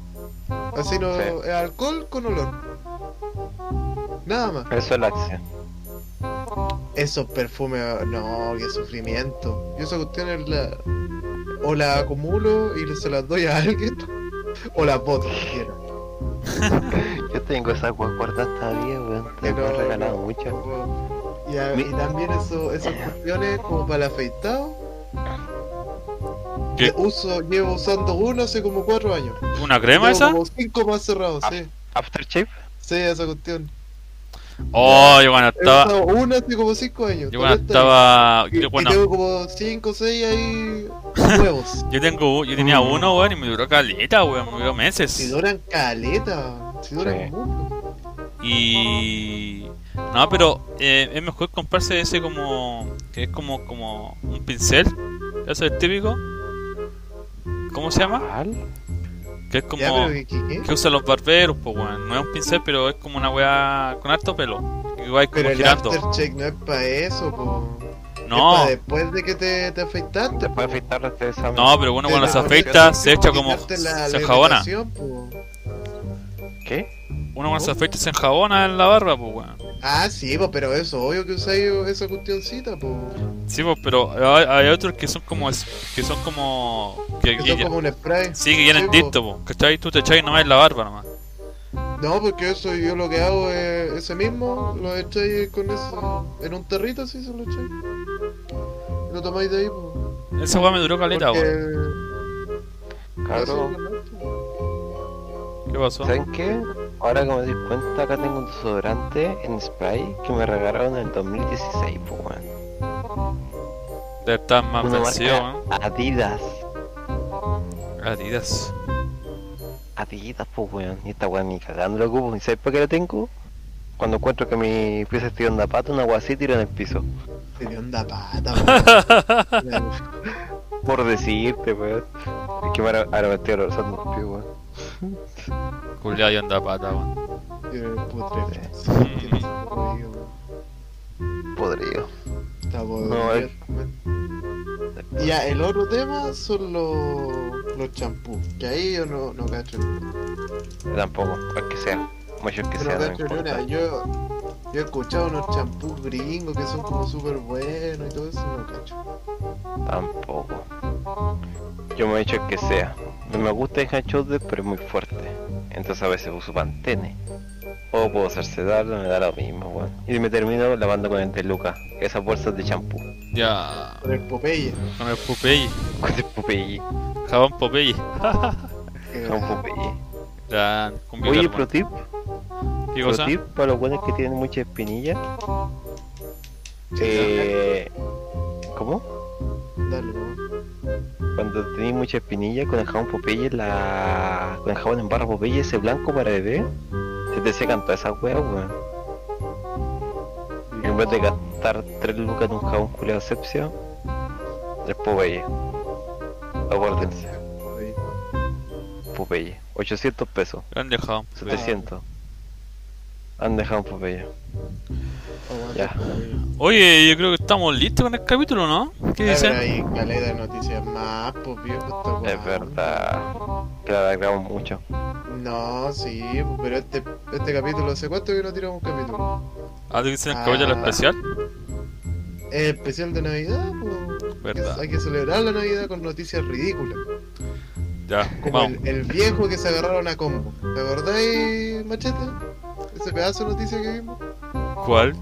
S3: Así no.
S2: Sí.
S3: Es alcohol con olor. Nada más.
S2: Eso es la acción.
S3: Esos perfumes, no, qué sufrimiento. Yo esa cuestión es la. O la acumulo y se las doy a alguien. O las boto, cualquiera.
S2: Yo tengo esas weas guardadas todavía, weón. Te
S3: Pero-
S2: he regalado mucho.
S3: Y, a-
S2: Mi-
S3: y también eso, esas cuestiones como para el afeitado.
S1: ¿Qué?
S3: Uso, llevo usando uno hace como cuatro años.
S1: ¿una crema
S3: Llevo
S1: esa? Ah.
S3: Como cinco más cerrados, sí.
S2: Aftershave.
S3: Sí, esa cuestión.
S1: Oh, yo cuando
S3: He
S1: estaba.
S3: usado una hace como cinco años.
S1: Yo
S3: todavía
S1: cuando
S3: está ahí.
S1: estaba.
S3: Y,
S1: Yo
S3: y
S1: cuando.
S3: tengo como cinco o seis ahí nuevos.
S1: Yo tengo. Yo tenía uno, weón, y me duró caleta, weón, me duró
S3: Si
S1: meses.
S3: duran caleta, si duran
S2: Sí.
S3: mucho.
S1: Y. No, pero eh, es mejor comprarse ese como. que es como, como un pincel. Ese es el típico. ¿Cómo se llama?
S2: ¿Cuál?
S1: Que es como.
S3: Ya, pero ¿qué- qué- qué?
S1: que usan los barberos, pues weón. No es un pincel, pero es como una weá con harto pelo. Que va como
S3: Pero el
S1: girando.
S3: aftercheck no es para eso, po. Es
S1: No,
S3: pa' después de que te, te afeitaste.
S2: Después de afeitarlo este examen.
S1: no, pero bueno,
S3: Te
S1: cuando
S3: la-
S1: se afeita, se echa como.
S3: quitarte la-
S1: Se
S3: la
S1: enjabona.
S3: irritación, po.
S2: ¿Qué?
S1: Uno cuando se afeita se enjabona en la barba, pues weón.
S3: Ah, sí, po, pero eso, obvio que usáis esa cuestioncita, po.
S1: Sí, pues, pero hay, hay otros que son como. es- que son como. que,
S3: Eso
S1: que-
S3: es como un spray.
S1: sí, que vienen
S3: Sí, po.
S1: distintos, pues. ¿Cachai? Tú te echáis nomás en la barba nomás.
S3: No, porque eso yo lo que hago es ese mismo, lo echáis con eso. En un territo así se lo echáis. Y Lo tomáis de ahí, po.
S1: Esa weá me duró caleta, weón.
S3: Porque-
S2: Cabrón.
S1: ¿Qué pasó?
S2: ¿Saben qué? Ahora que me di cuenta, acá tengo un desodorante en spray que me regalaron en el 2016, po, weón.
S1: De estar más
S2: Una
S1: vencido,
S2: marca
S1: Ah, weón.
S2: Adidas.
S1: Adidas.
S2: Adidas, po, weón. Y esta weón ni cagando lo ocupo. ¿Y sabes por qué lo tengo? Cuando encuentro que mi pieza estoy onda pata, una weá así tiro en el piso.
S3: Tenía onda pata, po.
S2: Por decirte, weón. Es que ahora, ahora me estoy abrazando los pies, weón.
S1: Culeado y anda pata, weón.
S2: eh.
S3: Yo era el putre.
S2: Podrido.
S3: Está
S2: No, es-
S3: Y ya, el otro tema son los los champús. Que ahí yo no, no cacho. No
S2: Yo Tampoco, cual que sea. Muchos que sea, no me
S3: cacho ni
S2: importa.
S3: una. Yo, yo he escuchado unos champús gringos que son como súper buenos y todo eso. No cacho.
S2: Tampoco. Yo me he hecho el que sea. No me gusta el hand shoulder, pero es muy fuerte. Entonces a veces uso pantene. O puedo usar sedardo, me da lo mismo, weón. Y me termino lavando con el Luca. Esas bolsas de champú.
S1: Ya.
S3: Por el Popeye.
S1: Con el Popeye.
S2: Con el Popeye.
S1: Jabón Popeye.
S3: que-
S2: Con Popeye.
S1: Ya, con
S2: Oye,
S1: Vitor,
S2: pro tip.
S1: weón. ¿Qué
S2: Pro
S1: cosa?
S2: tip para los buenos que tienen mucha espinilla. Eh... ¿Cómo?
S3: Dale, ¿no?
S2: Cuando tenéis mucha espinilla con el jabón Popeye, la... con el jabón en barra Popeye, ese blanco para bebé, se te secan todas esas weas, weón. En vez de gastar 3 lucas en un jabón culeado sepsio, es Popeye. Aguárdense,
S3: Popeye.
S2: Popeye. 800 pesos,
S1: Grande jabón.
S2: 700. Han dejado un Popeye.
S3: Aguante,
S2: Ya.
S3: Popeye.
S1: Oye, yo creo que estamos listos con el capítulo, ¿no? ¿Qué
S3: Ah,
S1: dicen?
S3: pero hay caleta de noticias más, pues viejo, esta weá.
S2: Es verdad. Que la alargamos mucho.
S3: No, sí, pero este, este capítulo, ¿hace cuánto que no tiramos un capítulo?
S1: Ah, ¿tú dicen el capítulo
S3: Ah.
S1: especial?
S3: El especial de Navidad, pues.
S1: Verdad.
S3: Hay que celebrar la Navidad con noticias ridículas.
S1: Ya,
S3: Como
S1: vamos.
S3: el, el viejo que se agarraron a combo. ¿Te acordáis, Machete? Ese pedazo de noticia que vimos.
S1: ¿Cuál?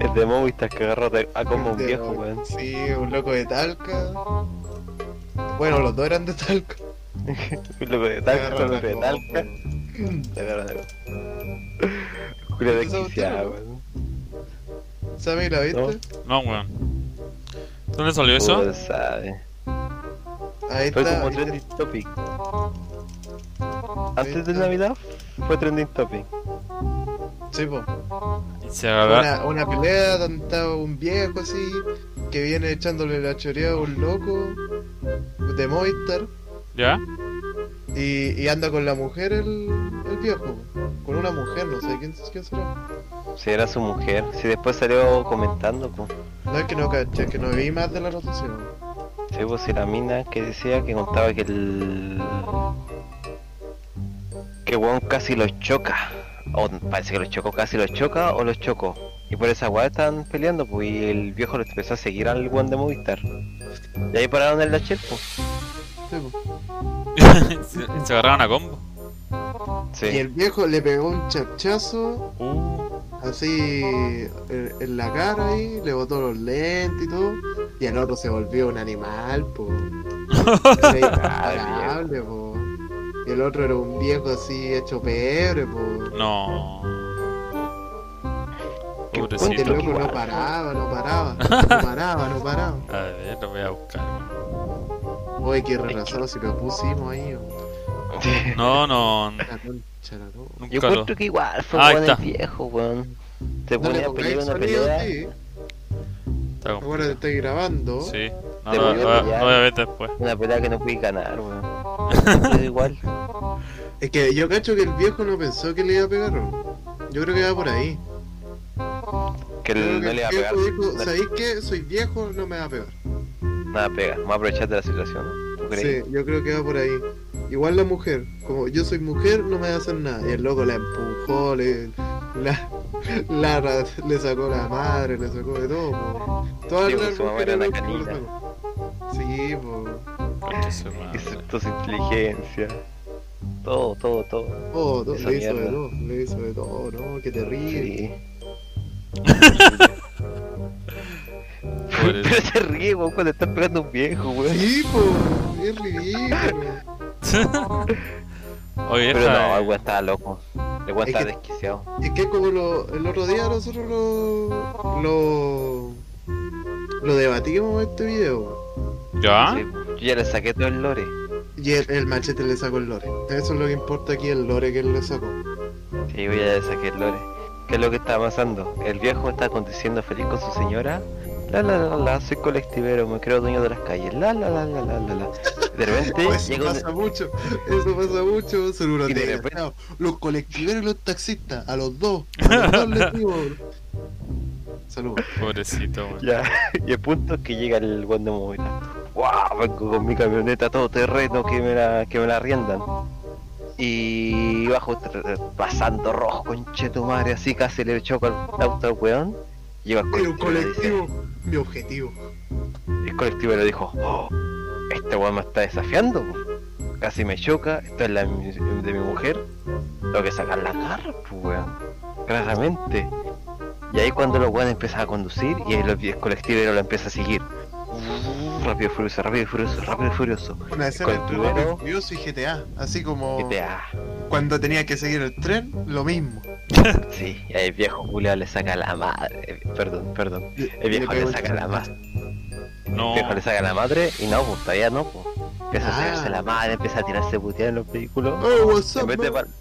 S2: El de Movistar que agarró de- a como un
S3: De-
S2: viejo, weón.
S3: Sí, un loco de Talca. Bueno, los dos eran de Talca.
S2: Loco de
S3: Se
S2: talca,
S3: agarraron
S2: loco
S3: a
S2: de
S3: combo.
S2: talca. Se agarró de Julio de
S3: Esa
S2: desquiciado,
S3: cuestión,
S2: weón.
S3: ¿Sabes la viste?
S2: No.
S1: No, weón. ¿Dónde salió eso?
S2: Todo sabe.
S3: Ahí
S2: Fue
S3: está.
S2: como
S3: ahí está.
S2: trending topic. Antes de Navidad fue trending topic.
S3: Sí, po.
S1: Y se agarra-
S3: una, una pelea donde estaba un viejo así que viene echándole la choreada a un loco de Movistar
S1: ¿Ya?
S3: y, y anda con la mujer el, el viejo, con una mujer, no sé quién, quién será.
S2: Si era su mujer, si después salió comentando, pues.
S3: No es que no caché, que no vi más de la noticia.
S2: Sí, pues si la mina que decía que contaba que el. que weón casi los choca. O parece que los chocó, casi los choca o los chocó. Y por esa weá estaban peleando, pues. Y el viejo lo empezó a seguir al weón de Movistar. Y ahí pararon en la chel, pues.
S3: Sí, po.
S1: se, se agarraron a combo.
S2: Sí.
S3: Y el viejo le pegó un chachazo
S1: Uh,
S3: así en, en la cara ahí, le botó los lentes y todo, y el otro se volvió un animal, po. Era imparable, po. Y el otro era un viejo así hecho pebre, po.
S1: no.
S2: Que
S3: Este
S1: Pobrecito.
S2: Sí, cuente
S3: loco no
S2: igual.
S3: paraba, no paraba, no paraba, no paraba.
S1: A ver, lo voy a buscar, weón.
S3: Oye, qué retrasado si lo pusimos ahí, po.
S1: No, no. n-
S3: la concha, la lora.
S2: Yo
S1: Nunca lo.
S2: creo que igual fue
S1: Ah, Ahí
S2: weón el
S1: está.
S2: viejo, weón. Se
S3: No le
S2: ponía a pelear
S3: pongáis
S2: una
S3: sonido,
S2: pelea.
S3: sí.
S1: Está
S3: Ahora te
S1: complicado.
S3: estoy grabando.
S1: Sí. No,
S2: Te
S1: no,
S2: volvió
S1: no,
S2: a
S1: no
S2: pillar.
S1: voy a ver después.
S2: Una pelea que no pude ganar, weón. Pero igual.
S3: Es que yo cacho que el viejo no pensó que le iba a pegar. weón. Yo creo que va por ahí.
S2: Que
S3: Yo
S2: el-
S3: creo
S2: no
S3: que
S2: le
S3: el
S2: va a
S3: viejo
S2: pegar.
S3: dijo,
S2: No,
S3: ¿sabéis qué? Soy viejo, no me va a pegar.
S2: nada pega. Vamos a aprovechar de la situación. ¿Tú crees?
S3: Sí, yo creo que va por ahí. Igual la mujer, como yo soy mujer, no me va a hacer nada. Y el loco la empujó, le, la, la ra- le sacó la madre, le sacó de todo. po. Todas
S2: Sí,
S3: las
S2: pues, su mamá
S3: mujeres
S2: era una
S3: lo-
S2: canina.
S3: lo sacan. Sí, po.
S1: Concha su madre.
S2: Excepto su inteligencia. Todo, todo, todo.
S3: Oh, to-
S2: Esa
S3: le hizo de
S2: mierda.
S3: todo, le hizo de todo, no, qué terrible.
S2: Sí.
S1: Pobre-
S2: Pero se ríe, weón, cuando están pegando a un viejo, weón.
S3: Sí, po, es ridículo.
S1: Oye,
S2: Pero
S1: esta-
S2: no, el weón estaba loco. El weón
S3: Es
S2: estaba
S3: que-
S2: desquiciado.
S3: Es que como lo, el otro día nosotros lo, lo, lo debatimos en este video.
S1: ¿Ya?
S2: Sí, yo ya le saqué todo el lore.
S3: Y el, el machete le sacó el lore. Eso es lo que importa aquí, el lore que él le sacó.
S2: Sí, yo ya le saqué el lore. ¿Qué es lo que está pasando? El viejo está aconteciendo feliz con su señora. La la la la, soy colectivero, me creo dueño de las calles. La la la la la la la. De repente
S3: Oh, eso
S2: llega un...
S3: pasa mucho, eso pasa mucho, son unos
S2: Y de
S3: desgraciados.
S2: repente-
S3: Los colectiveros y los taxistas, a los dos, a los dos les digo. Saludos.
S1: Pobrecito, weón.
S2: Ya, y el punto es que llega el weón de movilidad. ¡Wow! Vengo con mi camioneta todo terreno que me la, que me la arriendan. Y bajo tr- pasando rojo, conche tu madre, así casi le choco al auto al weón. Llega el
S3: Pero
S2: colectivo. y le dice-
S3: colectivo, mi objetivo.
S2: el colectivero dijo, "Oh, este weón me está desafiando. po. Casi me choca, esta es la de mi- de mi mujer. Tengo que sacar la garra, po, weón. Claramente. Y ahí cuando los weones empiezan a conducir y el, el colectivero lo empieza a seguir. Rápido y furioso, rápido y furioso, rápido y furioso.
S3: Una escena entre
S2: Colectivero.
S3: Rápido y Furioso y GTA, así como
S2: GTA.
S3: cuando tenía que seguir el tren, lo mismo.
S2: Sí, y ahí el viejo Julio le saca la madre. Eh, Perdón, perdón.
S3: Y-
S2: El
S3: y le
S2: viejo le
S3: pegó el
S2: saca la madre.
S1: No.
S2: viejo le saca la madre y no, pues todavía no, pues. Empieza a
S3: Ah.
S2: tirarse la madre, empieza a tirarse puteada en los vehículos.
S3: Oh, what's up,
S2: En vez, de
S3: man?
S2: bal-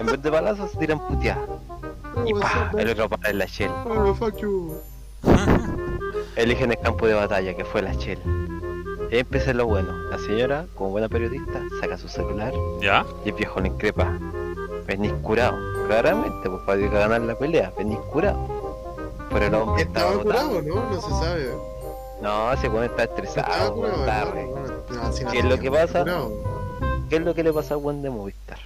S2: en vez de balazos se tiran puteadas.
S3: Oh,
S2: Y
S3: what's
S2: pa,
S3: up, man?
S2: el otro para en la Shell.
S3: Oh, fuck you.
S2: Eligen el campo de batalla, que fue la Shell. Y ahí empieza lo bueno. La señora, como buena periodista, saca su celular
S1: ¿Ya?
S2: y el viejo le increpa. Venís curado. Claramente, pues para ganar la pelea, venís curado. Pero el hombre
S3: Estaba
S2: botado.
S3: curado, ¿no? No se sabe.
S2: No, ese weón está
S3: Estaba
S2: estresado,
S3: curado,
S2: weón, está re-
S3: ¿no? No, si no
S2: ¿Qué es lo que
S3: estaba
S2: pasa?
S3: curado.
S2: ¿Qué es lo que le pasó a Juan de Movistar?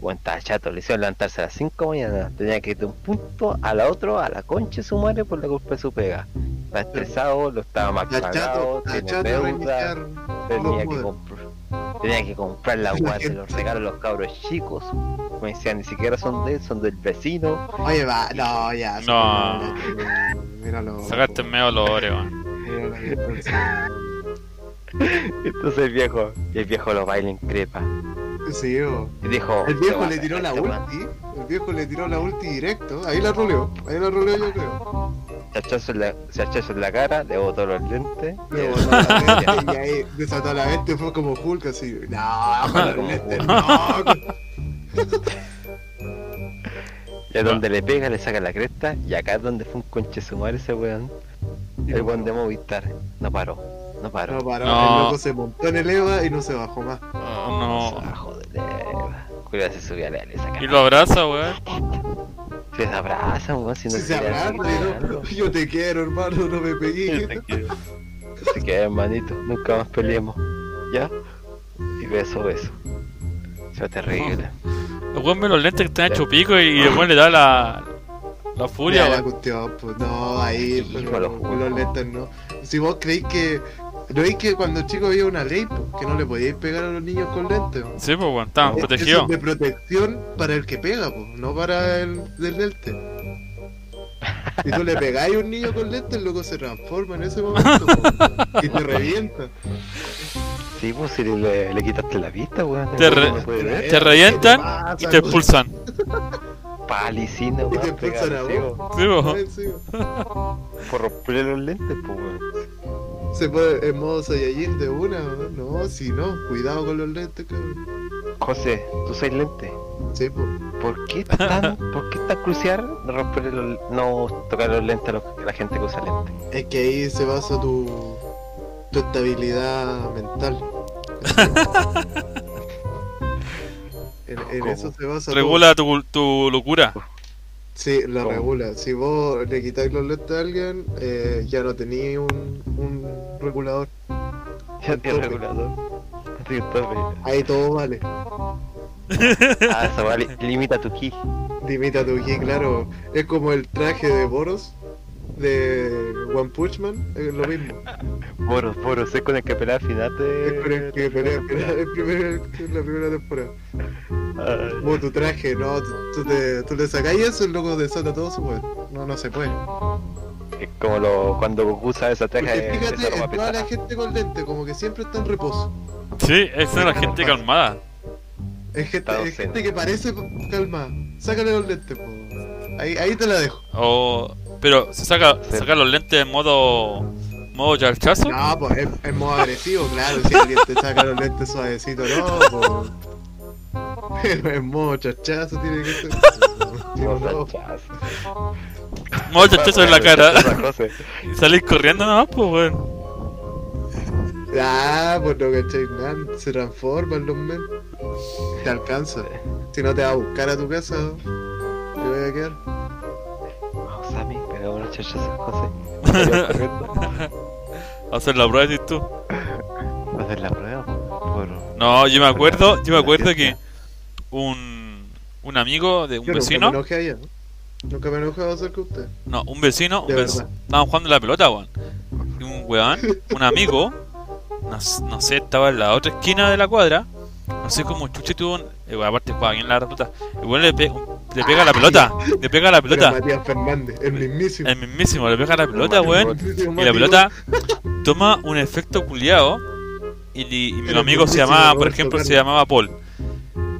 S2: Juan estaba chato, le hicieron levantarse a las 5 de la mañana, tenía que ir de un punto a la otro, a la concha de su madre por la culpa de su pega. Está estresado, lo estaba más
S3: Está chato,
S2: cagado,
S3: está
S2: tiene
S3: chato de
S2: deuda,
S3: reiniciar.
S2: tenía que,
S3: modelos.
S2: comprar, tenía que comprar la
S3: La
S2: guas de
S3: gente.
S2: los regalos de los cabros chicos. Me decían, ni siquiera son de él, son del vecino.
S3: Oye, va, no, ya.
S1: No.
S3: sácalo, Míralo.
S1: Sacaste en medio los ores, weón.
S3: Míralo, entonces.
S2: Entonces el viejo, y el viejo lo baila en crepa.
S3: Sí, bo.
S2: Y dijo,
S3: El
S2: "Te
S3: viejo
S2: voy a
S3: le tiró la
S2: sacar este weón".
S3: ulti. El viejo le tiró la ulti directo. Ahí la roleó. Ahí la roleó, yo creo.
S2: Chachazo en la- chachazo en la cara, le botó los lentes.
S3: Le
S2: y-
S3: botó la mente Y ahí desató la mente. Fue como Hulk así. No, con el
S2: Como
S3: lente,
S2: Hulk.
S3: no. con-
S2: Y a donde le pega le saca la cresta y acá es donde fue un conche su madre ese weón.
S3: Y
S2: El
S3: no
S2: weón de
S3: paró.
S2: Movistar. No paró, no paró.
S3: No paró.
S1: No.
S3: El loco se montó en el EVA y no se bajó más.
S1: Oh, no.
S2: Joder, cuidado se subía a le saca.
S1: Y lo abraza, weón.
S2: Se abrazan, weón, si no
S3: Si se
S2: quiere
S3: abrazan,
S2: seguir
S3: ¿no?
S2: peleando.
S3: yo te quiero, hermano, no me pegué.
S2: Así que hermanito, nunca más peleemos. ¿Ya? Y beso, beso. Se ve terrible.
S1: El weón ve los lentes que están hecho pico y el weón le da la. La furia,
S3: Ya, la
S1: weón.
S3: cuestión, pues no, ahí,
S2: Sí,
S3: pero
S2: con los
S3: con
S2: juegos.
S3: los lentes no. Si vos creéis que. ¿No veis que cuando chicos había una ley pues, que no le podíais pegar a los niños con lentes? pues?
S1: Sí, pues, weón. Estaban
S3: Es- eso
S1: protegidos.
S3: es de protección para el que pega, pues, no para el del lente. Si tú le pegáis a un niño con lentes, el loco se transforma en ese momento pues, y te revienta.
S2: Sí, pues si le, le quitaste la vista, weón.
S1: Te
S2: el
S1: re-
S2: weón no puede ver.
S1: Te revientan
S3: pasa,
S1: y te expulsan.
S2: Palicina, weón.
S3: Y te expulsan
S2: pegado,
S3: a
S2: sí,
S3: vos.
S1: Sí,
S3: weón.
S1: pues.
S3: Ay, sí, weón.
S2: weón, Por romperle los lentes, pues weón.
S3: Se pone en modo Saiyajin de una, weón. no, si no, cuidado con los lentes, cabrón.
S2: José, tú sois lente.
S3: Sí, pues.
S2: ¿Por qué tan, por qué tan crucial no romper el- no tocar los lentes a los- a la gente que usa lentes?
S3: Es que ahí se basa tu, tu estabilidad mental. en, en
S2: ¿Cómo?
S3: eso se basa. todo.
S1: Regula tu, tu locura.
S3: Sí, la
S2: ¿Cómo?
S3: regula. Si vos le quitáis los lentes a alguien, eh, ya no tenéis un, un regulador.
S2: Ya tiene regulador. Así que tope.
S3: Ahí todo vale.
S2: Ah, esa weá li- limita tu ki.
S3: Dimita tu ki, claro. Es como el traje de Boros de One Punch Man, es lo mismo.
S2: Boros, boros, es con el que pelea al final
S3: Es
S2: de.
S3: con el que pelea, pelea, el primer- la primera temporada.
S2: Ay,
S3: Como tu traje, no, tú, tú te, tú le sacáis eso y luego desata todo su poder. No, no se puede.
S2: Es como lo, cuando Goku usa esa traje
S3: Porque fíjate,
S2: esa ropa
S3: en toda la
S2: pesada.
S3: gente con lente, como que siempre está en reposo.
S1: Sí, es una gente calmada.
S3: Es gente,
S2: Está
S3: es gente
S2: docente.
S3: que parece calma. Sácale los lentes, po. Ahí, ahí te la dejo.
S1: O, pero se saca, saca los lentes en modo. modo charchazo.
S3: No, pues es, es modo agresivo, claro. Si alguien te saca los lentes suavecito, no, po. Pero es modo chachazo, tiene que ser.
S2: Como
S3: No,
S2: chachazo.
S1: Modo charchazo en la cara.
S2: Esa cosa.
S1: Y salís corriendo nomás, pues, weón.
S3: Ah, pues no cacháis nada. Se transforman los men. Te alcanza. Si no te va a buscar a tu casa, te voy a quedar.
S2: Vamos, Sammy, pegamos los chachazos, José. Salió corriendo.
S1: Hacer la prueba, decís tú.
S2: Va a hacer la prueba, por...
S1: No, yo me acuerdo, yo me acuerdo que un, un amigo de un
S3: Yo
S1: vecino,
S3: Nunca me enojé allá. Nunca me he enojado acerca de usted.
S1: no, un vecino, un
S3: De
S1: vec-
S3: verdad.
S1: estaban jugando la pelota, weón. Y un weón, un amigo, no, s- no sé, estaba en la otra esquina de la cuadra, no sé cómo chuche tuvo un, eh, weón, aparte juega bien la pelota, el weón le, pe- le pega la pelota, le pega la
S3: Era
S1: pelota,
S3: Matías Fernández, el mismísimo.
S1: el mismísimo, le pega la pelota,
S2: Mario
S1: weón,
S2: Bot.
S1: y la pelota toma un efecto culiado. Y, li- y mi
S3: Era
S1: amigo se
S3: buenísimo,
S1: llamaba, por
S3: Roberto
S1: ejemplo, se
S3: Carlos.
S1: llamaba Paul.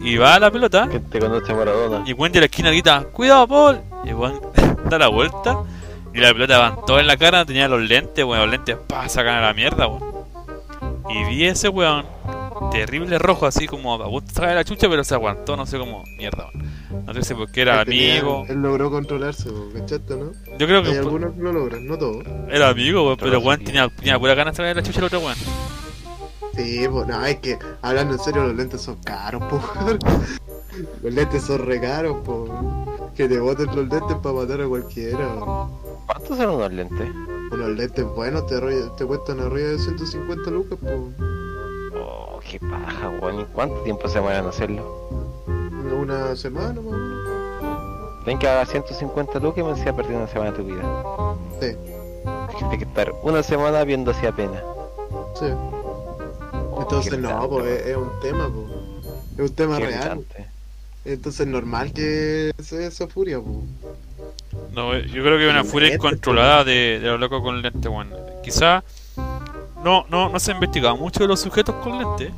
S1: Y va a la pelota
S2: Que te conoce Maradona.
S1: y Wendy de la esquina grita, cuidado Paul. Y el weón da la vuelta y la pelota van toda en la cara, tenía los lentes, weón, los lentes pa, sacan a la mierda, weón. Y vi ese weón, terrible rojo, así como a punto de sacar la chucha, pero se aguantó, no sé cómo, mierda, weón. No sé si porque era amigo.
S3: Este Él logró controlarse, po, ¿cachaste, no?
S1: Yo creo
S3: Hay
S1: que pu-
S3: algunos que lo logran, no todos.
S1: era amigo, weón, pero
S2: Pero sí.
S1: weón tenía, tenía pura ganas de sacar la chucha al otro weón.
S3: Sí, pues, no, es que hablando en serio, los lentes son caros, po. los lentes son re caros, po. Que te boten los lentes para matar a cualquiera. po.
S2: ¿Cuántos son los lentes?
S3: Unos lentes buenos te, arrolla- te cuestan arriba de 150 lucas, po.
S2: Oh, qué paja, weón. ¿Y cuánto tiempo se van a hacerlo?
S3: Una semana, más o menos.
S2: Ven que haga 150 lucas y me decía perder una semana de tu vida.
S3: Sí.
S2: Hay que estar una semana viendo así apenas.
S3: Sí.
S2: Oh, qué
S3: Entonces, no,
S2: irritante,
S3: pues,
S2: weón.
S3: es, es un tema, po. Es un tema
S2: Qué
S3: real.
S2: irritante.
S3: Entonces, normal que sea esa furia, po.
S1: No, eh, yo creo que una furia incontrolada de, de los locos con lente, weón. Quizá no, no, no se ha investigado mucho de los sujetos con lente.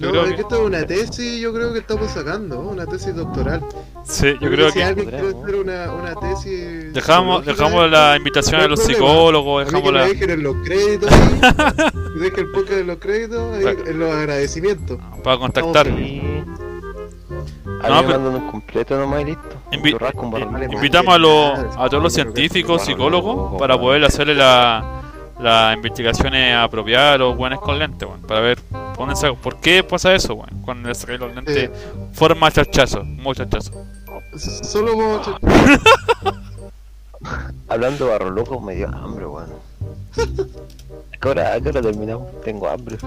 S1: Yo
S3: No,
S1: creo
S3: es
S1: que-
S3: que esto es una tesis, yo creo que estamos sacando, ¿no? una tesis doctoral.
S1: Sí, yo creo
S3: si
S1: que
S3: alguien quiere
S2: Podríamos.
S3: hacer una, una tesis.
S1: dejamos,
S3: psicológica,
S1: dejamos la invitación
S3: No
S1: a
S3: hay
S1: los
S3: problema.
S1: psicólogos,
S3: a mí que
S1: dejamos
S3: me
S1: la...
S3: dejen en los créditos, ahí, que dejen el podcast en los créditos, ahí,
S1: Claro.
S3: en los agradecimientos.
S1: para contactar.
S3: Vamos
S2: Sí. A
S1: No,
S2: mí me
S1: pero-
S2: mandan un completo nomás y listo. Un
S1: Invi-
S2: churrasco, un barro alemán.
S1: Invitamos a, los, a todos los científicos, psicólogos, para poder hacerle la- las investigaciones apropiadas a los buenos con lentes, weón, para ver dónde sa- por qué pasa eso, weón, cuando le saqué los lentes, forma chachazo, mucho chachazo.
S3: Solo vos,
S2: Hablando de barro loco me dio hambre, weón. ¿A qué hora, a qué hora terminamos? Tengo hambre.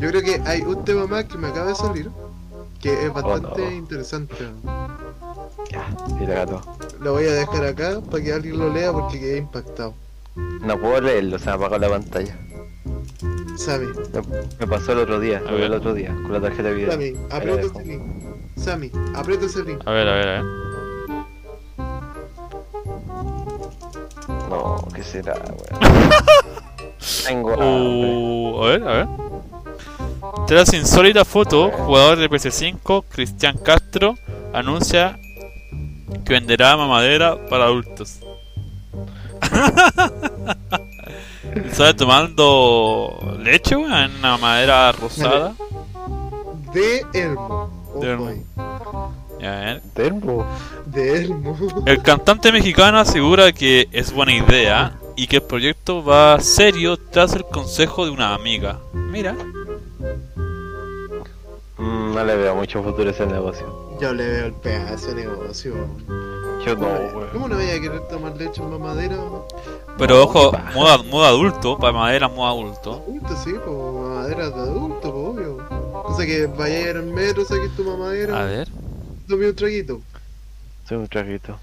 S3: yo creo que hay un tema más que me acaba de salir, que es bastante
S2: no.
S3: interesante.
S2: Ya, sí, la gato.
S3: Lo voy a dejar acá para que alguien lo lea porque quedé impactado.
S2: No puedo leerlo, se me apagó la pantalla.
S3: Sammy,
S2: Me pasó el otro día,
S1: A
S2: lo vi el
S1: ver.
S2: otro día, con la tarjeta de video.
S3: Sammy, aprieta ese link. Sammy, aprieta ese link.
S1: A ver, a ver, a ver.
S2: No, ¿qué será, weón? Tengo
S1: Oh.
S2: hambre.
S1: Uh, a ver, a ver. Tras insólita foto, jugador de PS5, Cristian Castro, anuncia que venderá mamadera para adultos. Estaba tomando leche, weón, en una madera rosada.
S3: De Elmo. Oh,
S1: De Elmo.
S3: boy.
S1: Ya, a ver.
S2: Termo.
S3: De Elmo.
S1: El cantante mexicano asegura que es buena idea y que el proyecto va serio tras el consejo de una amiga. Mira,
S2: Mm, no le veo mucho futuro a ese negocio.
S3: Yo le veo el pedazo de negocio.
S2: Yo no,
S3: ¿Cómo,
S2: weón.
S3: ¿Cómo no voy a querer tomar leche en mamadera?
S1: pero ojo,
S2: qué paja.
S1: modo, modo adulto, para madera, modo adulto.
S3: Adulto, sí, pues mamadera de adulto, po, obvio. O sea que vayas al metro, saques tu
S1: A
S3: mamadera,
S1: ver,
S3: tomé un traguito.
S2: Soy un traguito.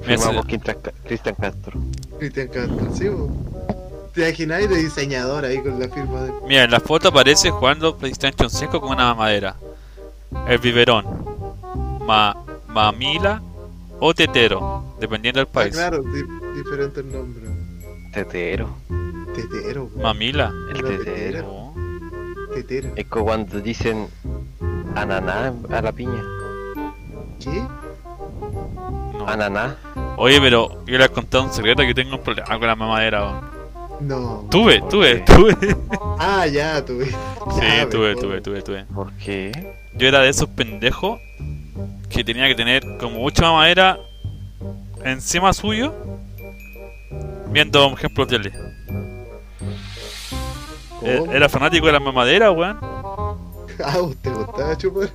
S1: Mira,
S2: Firmamos Quinta- Cristian Castro.
S3: Cristian Castro, sí, po. Te imagináis de diseñador ahí con la firma de.
S1: mira, en la foto aparece jugando PlayStation 5 con una madera. El biberón, ma, mamila o tetero, dependiendo del
S3: Ah,
S1: país.
S3: claro, di- diferente el nombre.
S2: Tetero.
S3: Tetero, po.
S1: Mamila.
S2: El
S3: Una
S2: tetero.
S3: tetera.
S1: No.
S3: Tetero.
S2: Es como cuando dicen ananá a la piña.
S3: ¿Qué?
S1: no.
S2: Ananá.
S1: Oye, pero yo le he contado un secreto que tengo un problema con la mamadera. weón.
S3: No.
S1: Tuve,
S2: ¿Por
S1: tuve,
S2: qué?
S1: tuve.
S3: Ah, ya, tuve. Ah,
S1: Sí, tuve, tuve, tuve, tuve.
S2: ¿Por qué?
S1: Yo era de esos pendejos que tenía que tener como mucha mamadera encima suyo viendo, por ejemplo, tele. Eh,
S3: ¿Cómo?
S1: Era fanático de la mamadera, weón.
S3: Ah, ¿te gustaba chupar?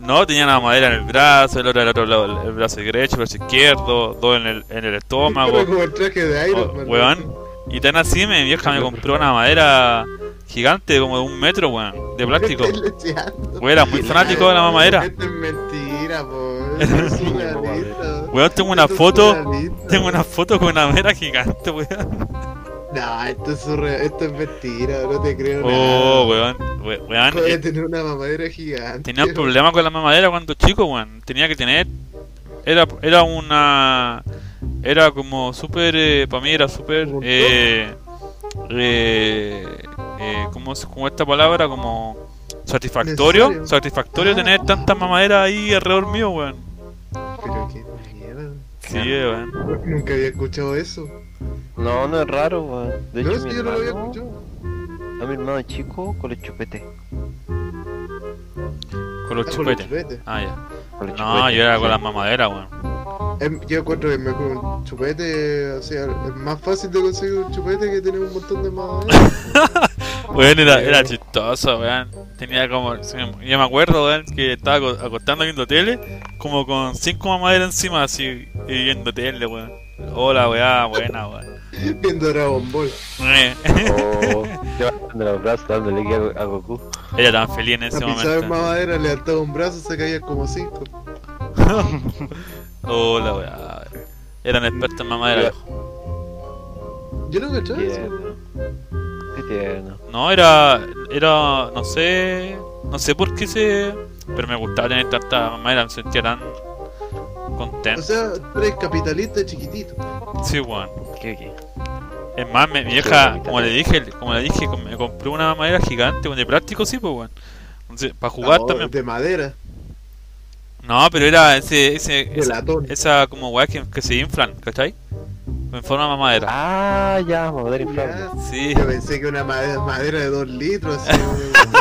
S1: No, tenía la mamadera en el brazo, el otro, el otro lado, el brazo derecho, el brazo izquierdo, dos en el, en el
S3: Era
S1: estómago.
S3: como el traje de Iron
S1: Oh,
S3: Man.
S1: weón. Y tan así, mi vieja me compró una madera gigante, como de un metro, weón, de plástico.
S3: Estoy lecheando.
S1: Weón, era muy fanático de la mamadera.
S3: Esto es mentira, po. Esto es surrealista.
S1: Weón, tengo una
S3: Esto es
S1: foto,
S3: surrealista.
S1: tengo una foto con una madera gigante, weón.
S3: No, esto es surreal, esto es mentira, no te creo
S1: Oh,
S3: nada.
S1: weón, we- weón.
S3: Voy a
S1: eh,
S3: tener una mamadera gigante.
S1: Tenía un problema con la mamadera cuando chico, weón. Tenía que tener. Era, era una. Era como súper. para mí era súper.
S3: ¿Un
S1: Eh, eh, eh, ¿Cómo se- cómo esta palabra? Como. Satisfactorio.
S3: Necesario.
S1: Satisfactorio
S3: Ah.
S1: tener tantas mamaderas ahí alrededor mío, weón.
S3: Pero qué mierda.
S1: Sí, weón.
S3: Nunca había escuchado eso.
S2: No, no es raro, weón. De
S3: No,
S2: hecho,
S3: es
S2: mi
S3: que yo no lo había
S2: hermano-
S3: escuchado.
S2: a mi hermano chico con los chupetes.
S1: Con los
S3: Ah, con los
S1: chupetes.
S3: chupetes.
S1: Ah, ya.
S2: Con los
S1: No, yo era con las
S2: la
S1: mamaderas, weón.
S3: Em, Yo encuentro que mejor un chupete, o sea, es más fácil de conseguir un chupete que tener un montón de mamadera.
S1: Weón, era, era chistoso, weón. Tenía como. sí, Yo me acuerdo, weón, que estaba aco- acostando viendo tele, como con cinco mamaderas encima, así, y viendo tele, weón. Hola, weá, buena, weón.
S3: Viendo Dragon Ball.
S1: Eh,
S2: Oh, levantando los brazos, dándole guía a a Goku.
S1: Era tan feliz en
S3: A
S1: ese
S3: pisar en
S1: momento.
S3: mamadera, levantaba un brazo, se caía como cinco.
S1: Hola, weá. weón. Eran expertos en mamadera,
S2: Ya.
S1: viejo.
S3: Yo no cachaba eso.
S2: Tierno. Qué tierno.
S1: No, era. Era. No sé. No sé por qué se. Pero me gustaba tener tanta mamadera, me sentía tan.
S3: O
S1: contento.
S3: sea, tres capitalistas chiquititos.
S1: Sí, weón.
S2: ¿Qué, qué?
S1: Es más, mi mi
S2: Sí,
S1: vieja,
S2: también.
S1: como le dije, como le dije, com- me compré una mamadera gigante weón, de plástico, sí, pues, weón. Para jugar
S3: Ah,
S1: también.
S3: De madera,
S1: No, pero era ese, ese,
S3: de
S1: esa,
S3: latón.
S1: esa como weá que, que se inflan, ¿cachai? En forma de mamadera.
S2: Ah, ya, mamadera inflable.
S3: Ya.
S1: Sí,
S3: Yo pensé que una madera, madera de dos litros. así,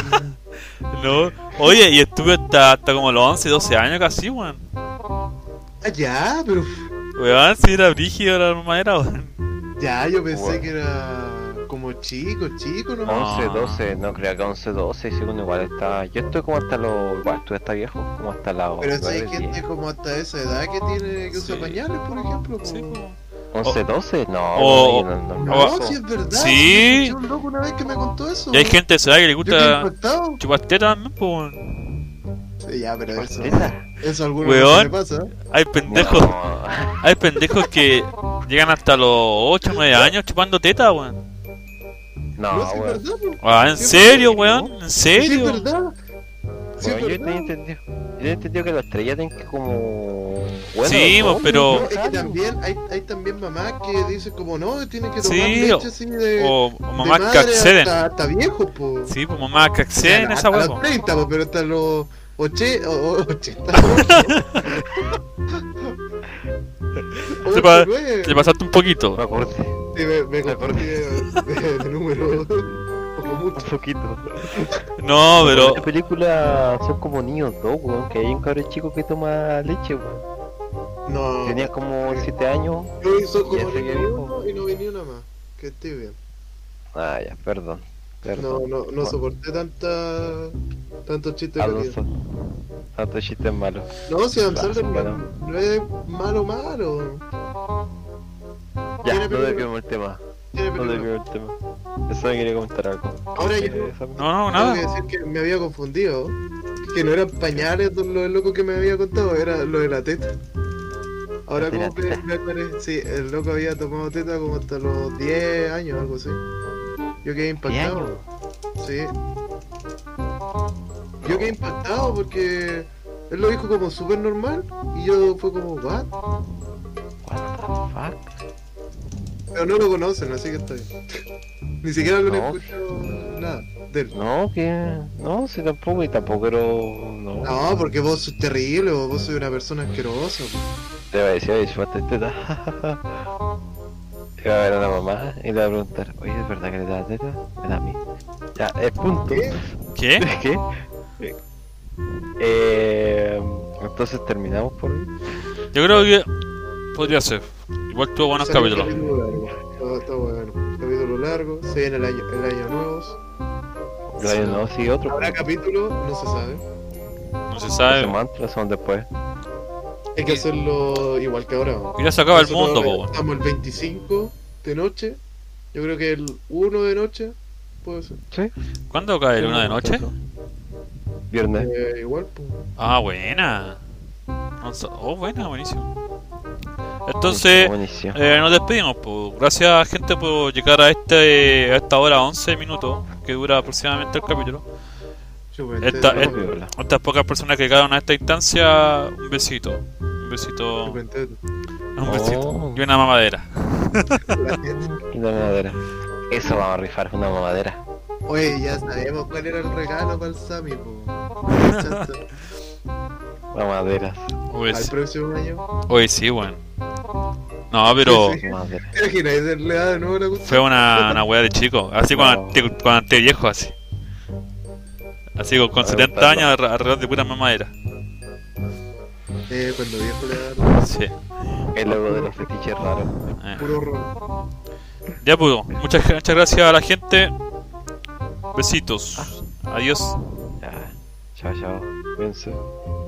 S3: weón.
S1: no. Oye, y estuve hasta, hasta como los 11, 12 años casi, weón.
S3: ah, ya, pero
S1: Weón, sí era brígido la mamadera, weón.
S3: ya, yo pensé
S2: Bueno.
S3: que era como chico, chico nomás.
S1: No.
S2: 11, 12, no creo que 11, 12, segundo igual está. Yo estoy como hasta los. Igual, estoy hasta viejo, como hasta la.
S3: Pero si hay
S2: 9, 10.
S3: gente como hasta esa edad que tiene que usar
S1: Sí.
S3: pañales, por ejemplo.
S1: Sí,
S3: po.
S1: po. Oh.
S2: 11, 12, no.
S1: O-
S2: no, no, no.
S3: No,
S1: Ah,
S3: si es verdad.
S1: sí.
S3: si yo escuché a un loco una vez que me contó eso.
S1: Y hay gente, ¿sabes? Que le
S3: Yo quedé
S1: gusta
S3: impactado.
S1: chupasteta también, pues, weón.
S3: Sí, ya, pero eso.
S2: Pastela.
S3: Eso a algunos
S1: Weón.
S3: no se le pasa.
S1: Hay pendejos,
S2: No.
S1: hay pendejos que llegan hasta los 8, 9 años chupando teta, weón.
S2: No,
S3: No, si es
S2: weón.
S3: verdad, po.
S1: Ah, ¿en
S3: Sí,
S1: serio,
S2: ¿no?
S1: weón? ¿En
S3: Sí, es
S1: serio?
S3: verdad. Sí,
S2: Weón,
S3: es
S2: yo tenía
S3: verdad.
S2: entendido. Yo tenía entendido que las estrellas tienen que como.
S1: Sí,
S2: no,
S1: pues, pero-
S3: No, es que también hay, hay también mamás que dicen como no, tienen que tomar
S1: Sí,
S3: leche así de,
S1: O, o
S3: de
S1: mamás que
S3: madre
S1: acceden.
S3: hasta, hasta viejo, po.
S1: Sí, pues mamás que acceden a esa
S3: Hasta
S1: huevo.
S3: los 30, po, pero hasta los 80, o- o- 80.
S1: Te pa-
S3: 89.
S1: Te pasaste un poquito.
S2: Me acordé
S3: Sí, me, me confundí de, de- de número. Poco
S2: un
S3: mucho.
S2: poquito.
S1: No, pero.
S2: Las películas son como niños dos, weón. Que hay un cabrón chico que toma leche, weón.
S3: No.
S2: Tenía como 7 años.
S3: Yo hizo
S2: Ya
S3: como
S2: sé que
S3: ni
S2: dijo.
S3: uno y no vi ni una más. Que estoy bien.
S2: Ah, ya, perdón.
S3: No,
S2: Perdón.
S3: no, no soporté tanta. Tantos chistes
S2: Alonso.
S3: que
S2: No Ah, te chistes malos.
S3: No, si Adam
S2: Ah,
S3: Sandler
S2: bueno.
S3: no, no es malo, malo.
S2: Ya,
S3: Tiene
S2: no
S3: película.
S2: desviemos el tema.
S3: Tiene
S2: No
S3: película.
S2: desviemos el tema. Eso me quería comentar algo.
S3: Ahora yo-
S2: Eh, Sam,
S1: No, no,
S3: Tengo que
S1: nada.
S3: decir que me había confundido. Que no eran pañales lo del loco que me había contado, era lo de la teta. Ahora
S2: La teta.
S3: como que me aclaré, sí, el loco había tomado teta como hasta los 10 años, algo así. Yo quedé
S2: ¿Qué
S3: impactado.
S2: año?
S3: Sí. Yo quedé impactado porque él lo dijo como súper normal y yo fue como, what?
S2: What the fuck?
S3: Pero no lo conocen, así que está bien. Ni siquiera lo han
S2: No.
S3: escuchado nada de él.
S2: No, que. No, si tampoco, y tampoco era. No.
S3: No, porque vos sos terrible, vos vos sois una persona asquerosa.
S2: Te va a decir, oye, chupaste teta. Te va a ver a la mamá y le va a preguntar, oye, ¿es verdad que le da teta? Me da a mí. Ya, el punto
S3: ¿Qué?
S1: ¿Qué?
S2: es que. Eh, entonces terminamos por hoy.
S1: Yo creo que podría ser. Igual tuvo buenos
S3: Se viene
S1: capítulos.
S3: un capítulo largo. Todo está bueno. Capítulo largo, se viene el año, el año nuevo.
S2: El año nuevo sigue otro.
S3: Habrá capítulo, no se sabe.
S1: No se
S2: La
S1: sabe.
S2: semana, la semana después.
S3: Hay que hacerlo igual que ahora. ¿no?
S1: Y ya se acaba el
S3: Nosotros
S1: mundo, po, weón.
S3: Estamos el 25 de noche. Yo creo que el 1 de noche puede ser.
S1: ¿Cuándo cae luna de noche?
S2: Viernes.
S3: Eh, igual, pues.
S1: Ah, buena. No sa- Oh, buena, buenísimo.
S2: Está
S1: Entonces,
S2: Buenísimo.
S1: eh, nos despedimos. Pues. Gracias, gente, por llegar a, este, a esta hora 11 minutos que dura aproximadamente el capítulo.
S3: Chupete,
S1: Esta-
S3: no,
S2: Es viola.
S1: A estas pocas personas que llegaron a esta instancia, un besito. Un besito.
S3: chupete.
S1: Un besito.
S2: Oh.
S1: Y una mamadera.
S2: Y una mamadera. Eso vamos a rifar, una mamadera.
S3: Oye, ya sabemos cuál era el regalo para el Sami, po.
S2: Mamaderas.
S1: Oye,
S3: Al
S1: sí-
S3: próximo año.
S1: oye, sí, weón. No, pero
S3: Sí,
S2: Mamaderas.
S3: ¿Te imaginas? Le da de nuevo la cuestión.
S1: fue una, una weá de chico. Así cuando,
S2: No.
S1: te, cuando esté viejo, así. Así con, con
S2: A ver,
S1: 70
S2: parla.
S1: años alre- alrededor de pura mamadera.
S3: Eh, cuando viejo le da
S1: Sí.
S2: El logo de los fetiches raros.
S1: eh.
S3: puro horror.
S1: Ya pudo. Muchas, muchas gracias a la gente. Besitos. Adiós.
S2: Ah. Ya. Chao, chao. Cuídense.
S3: Ah,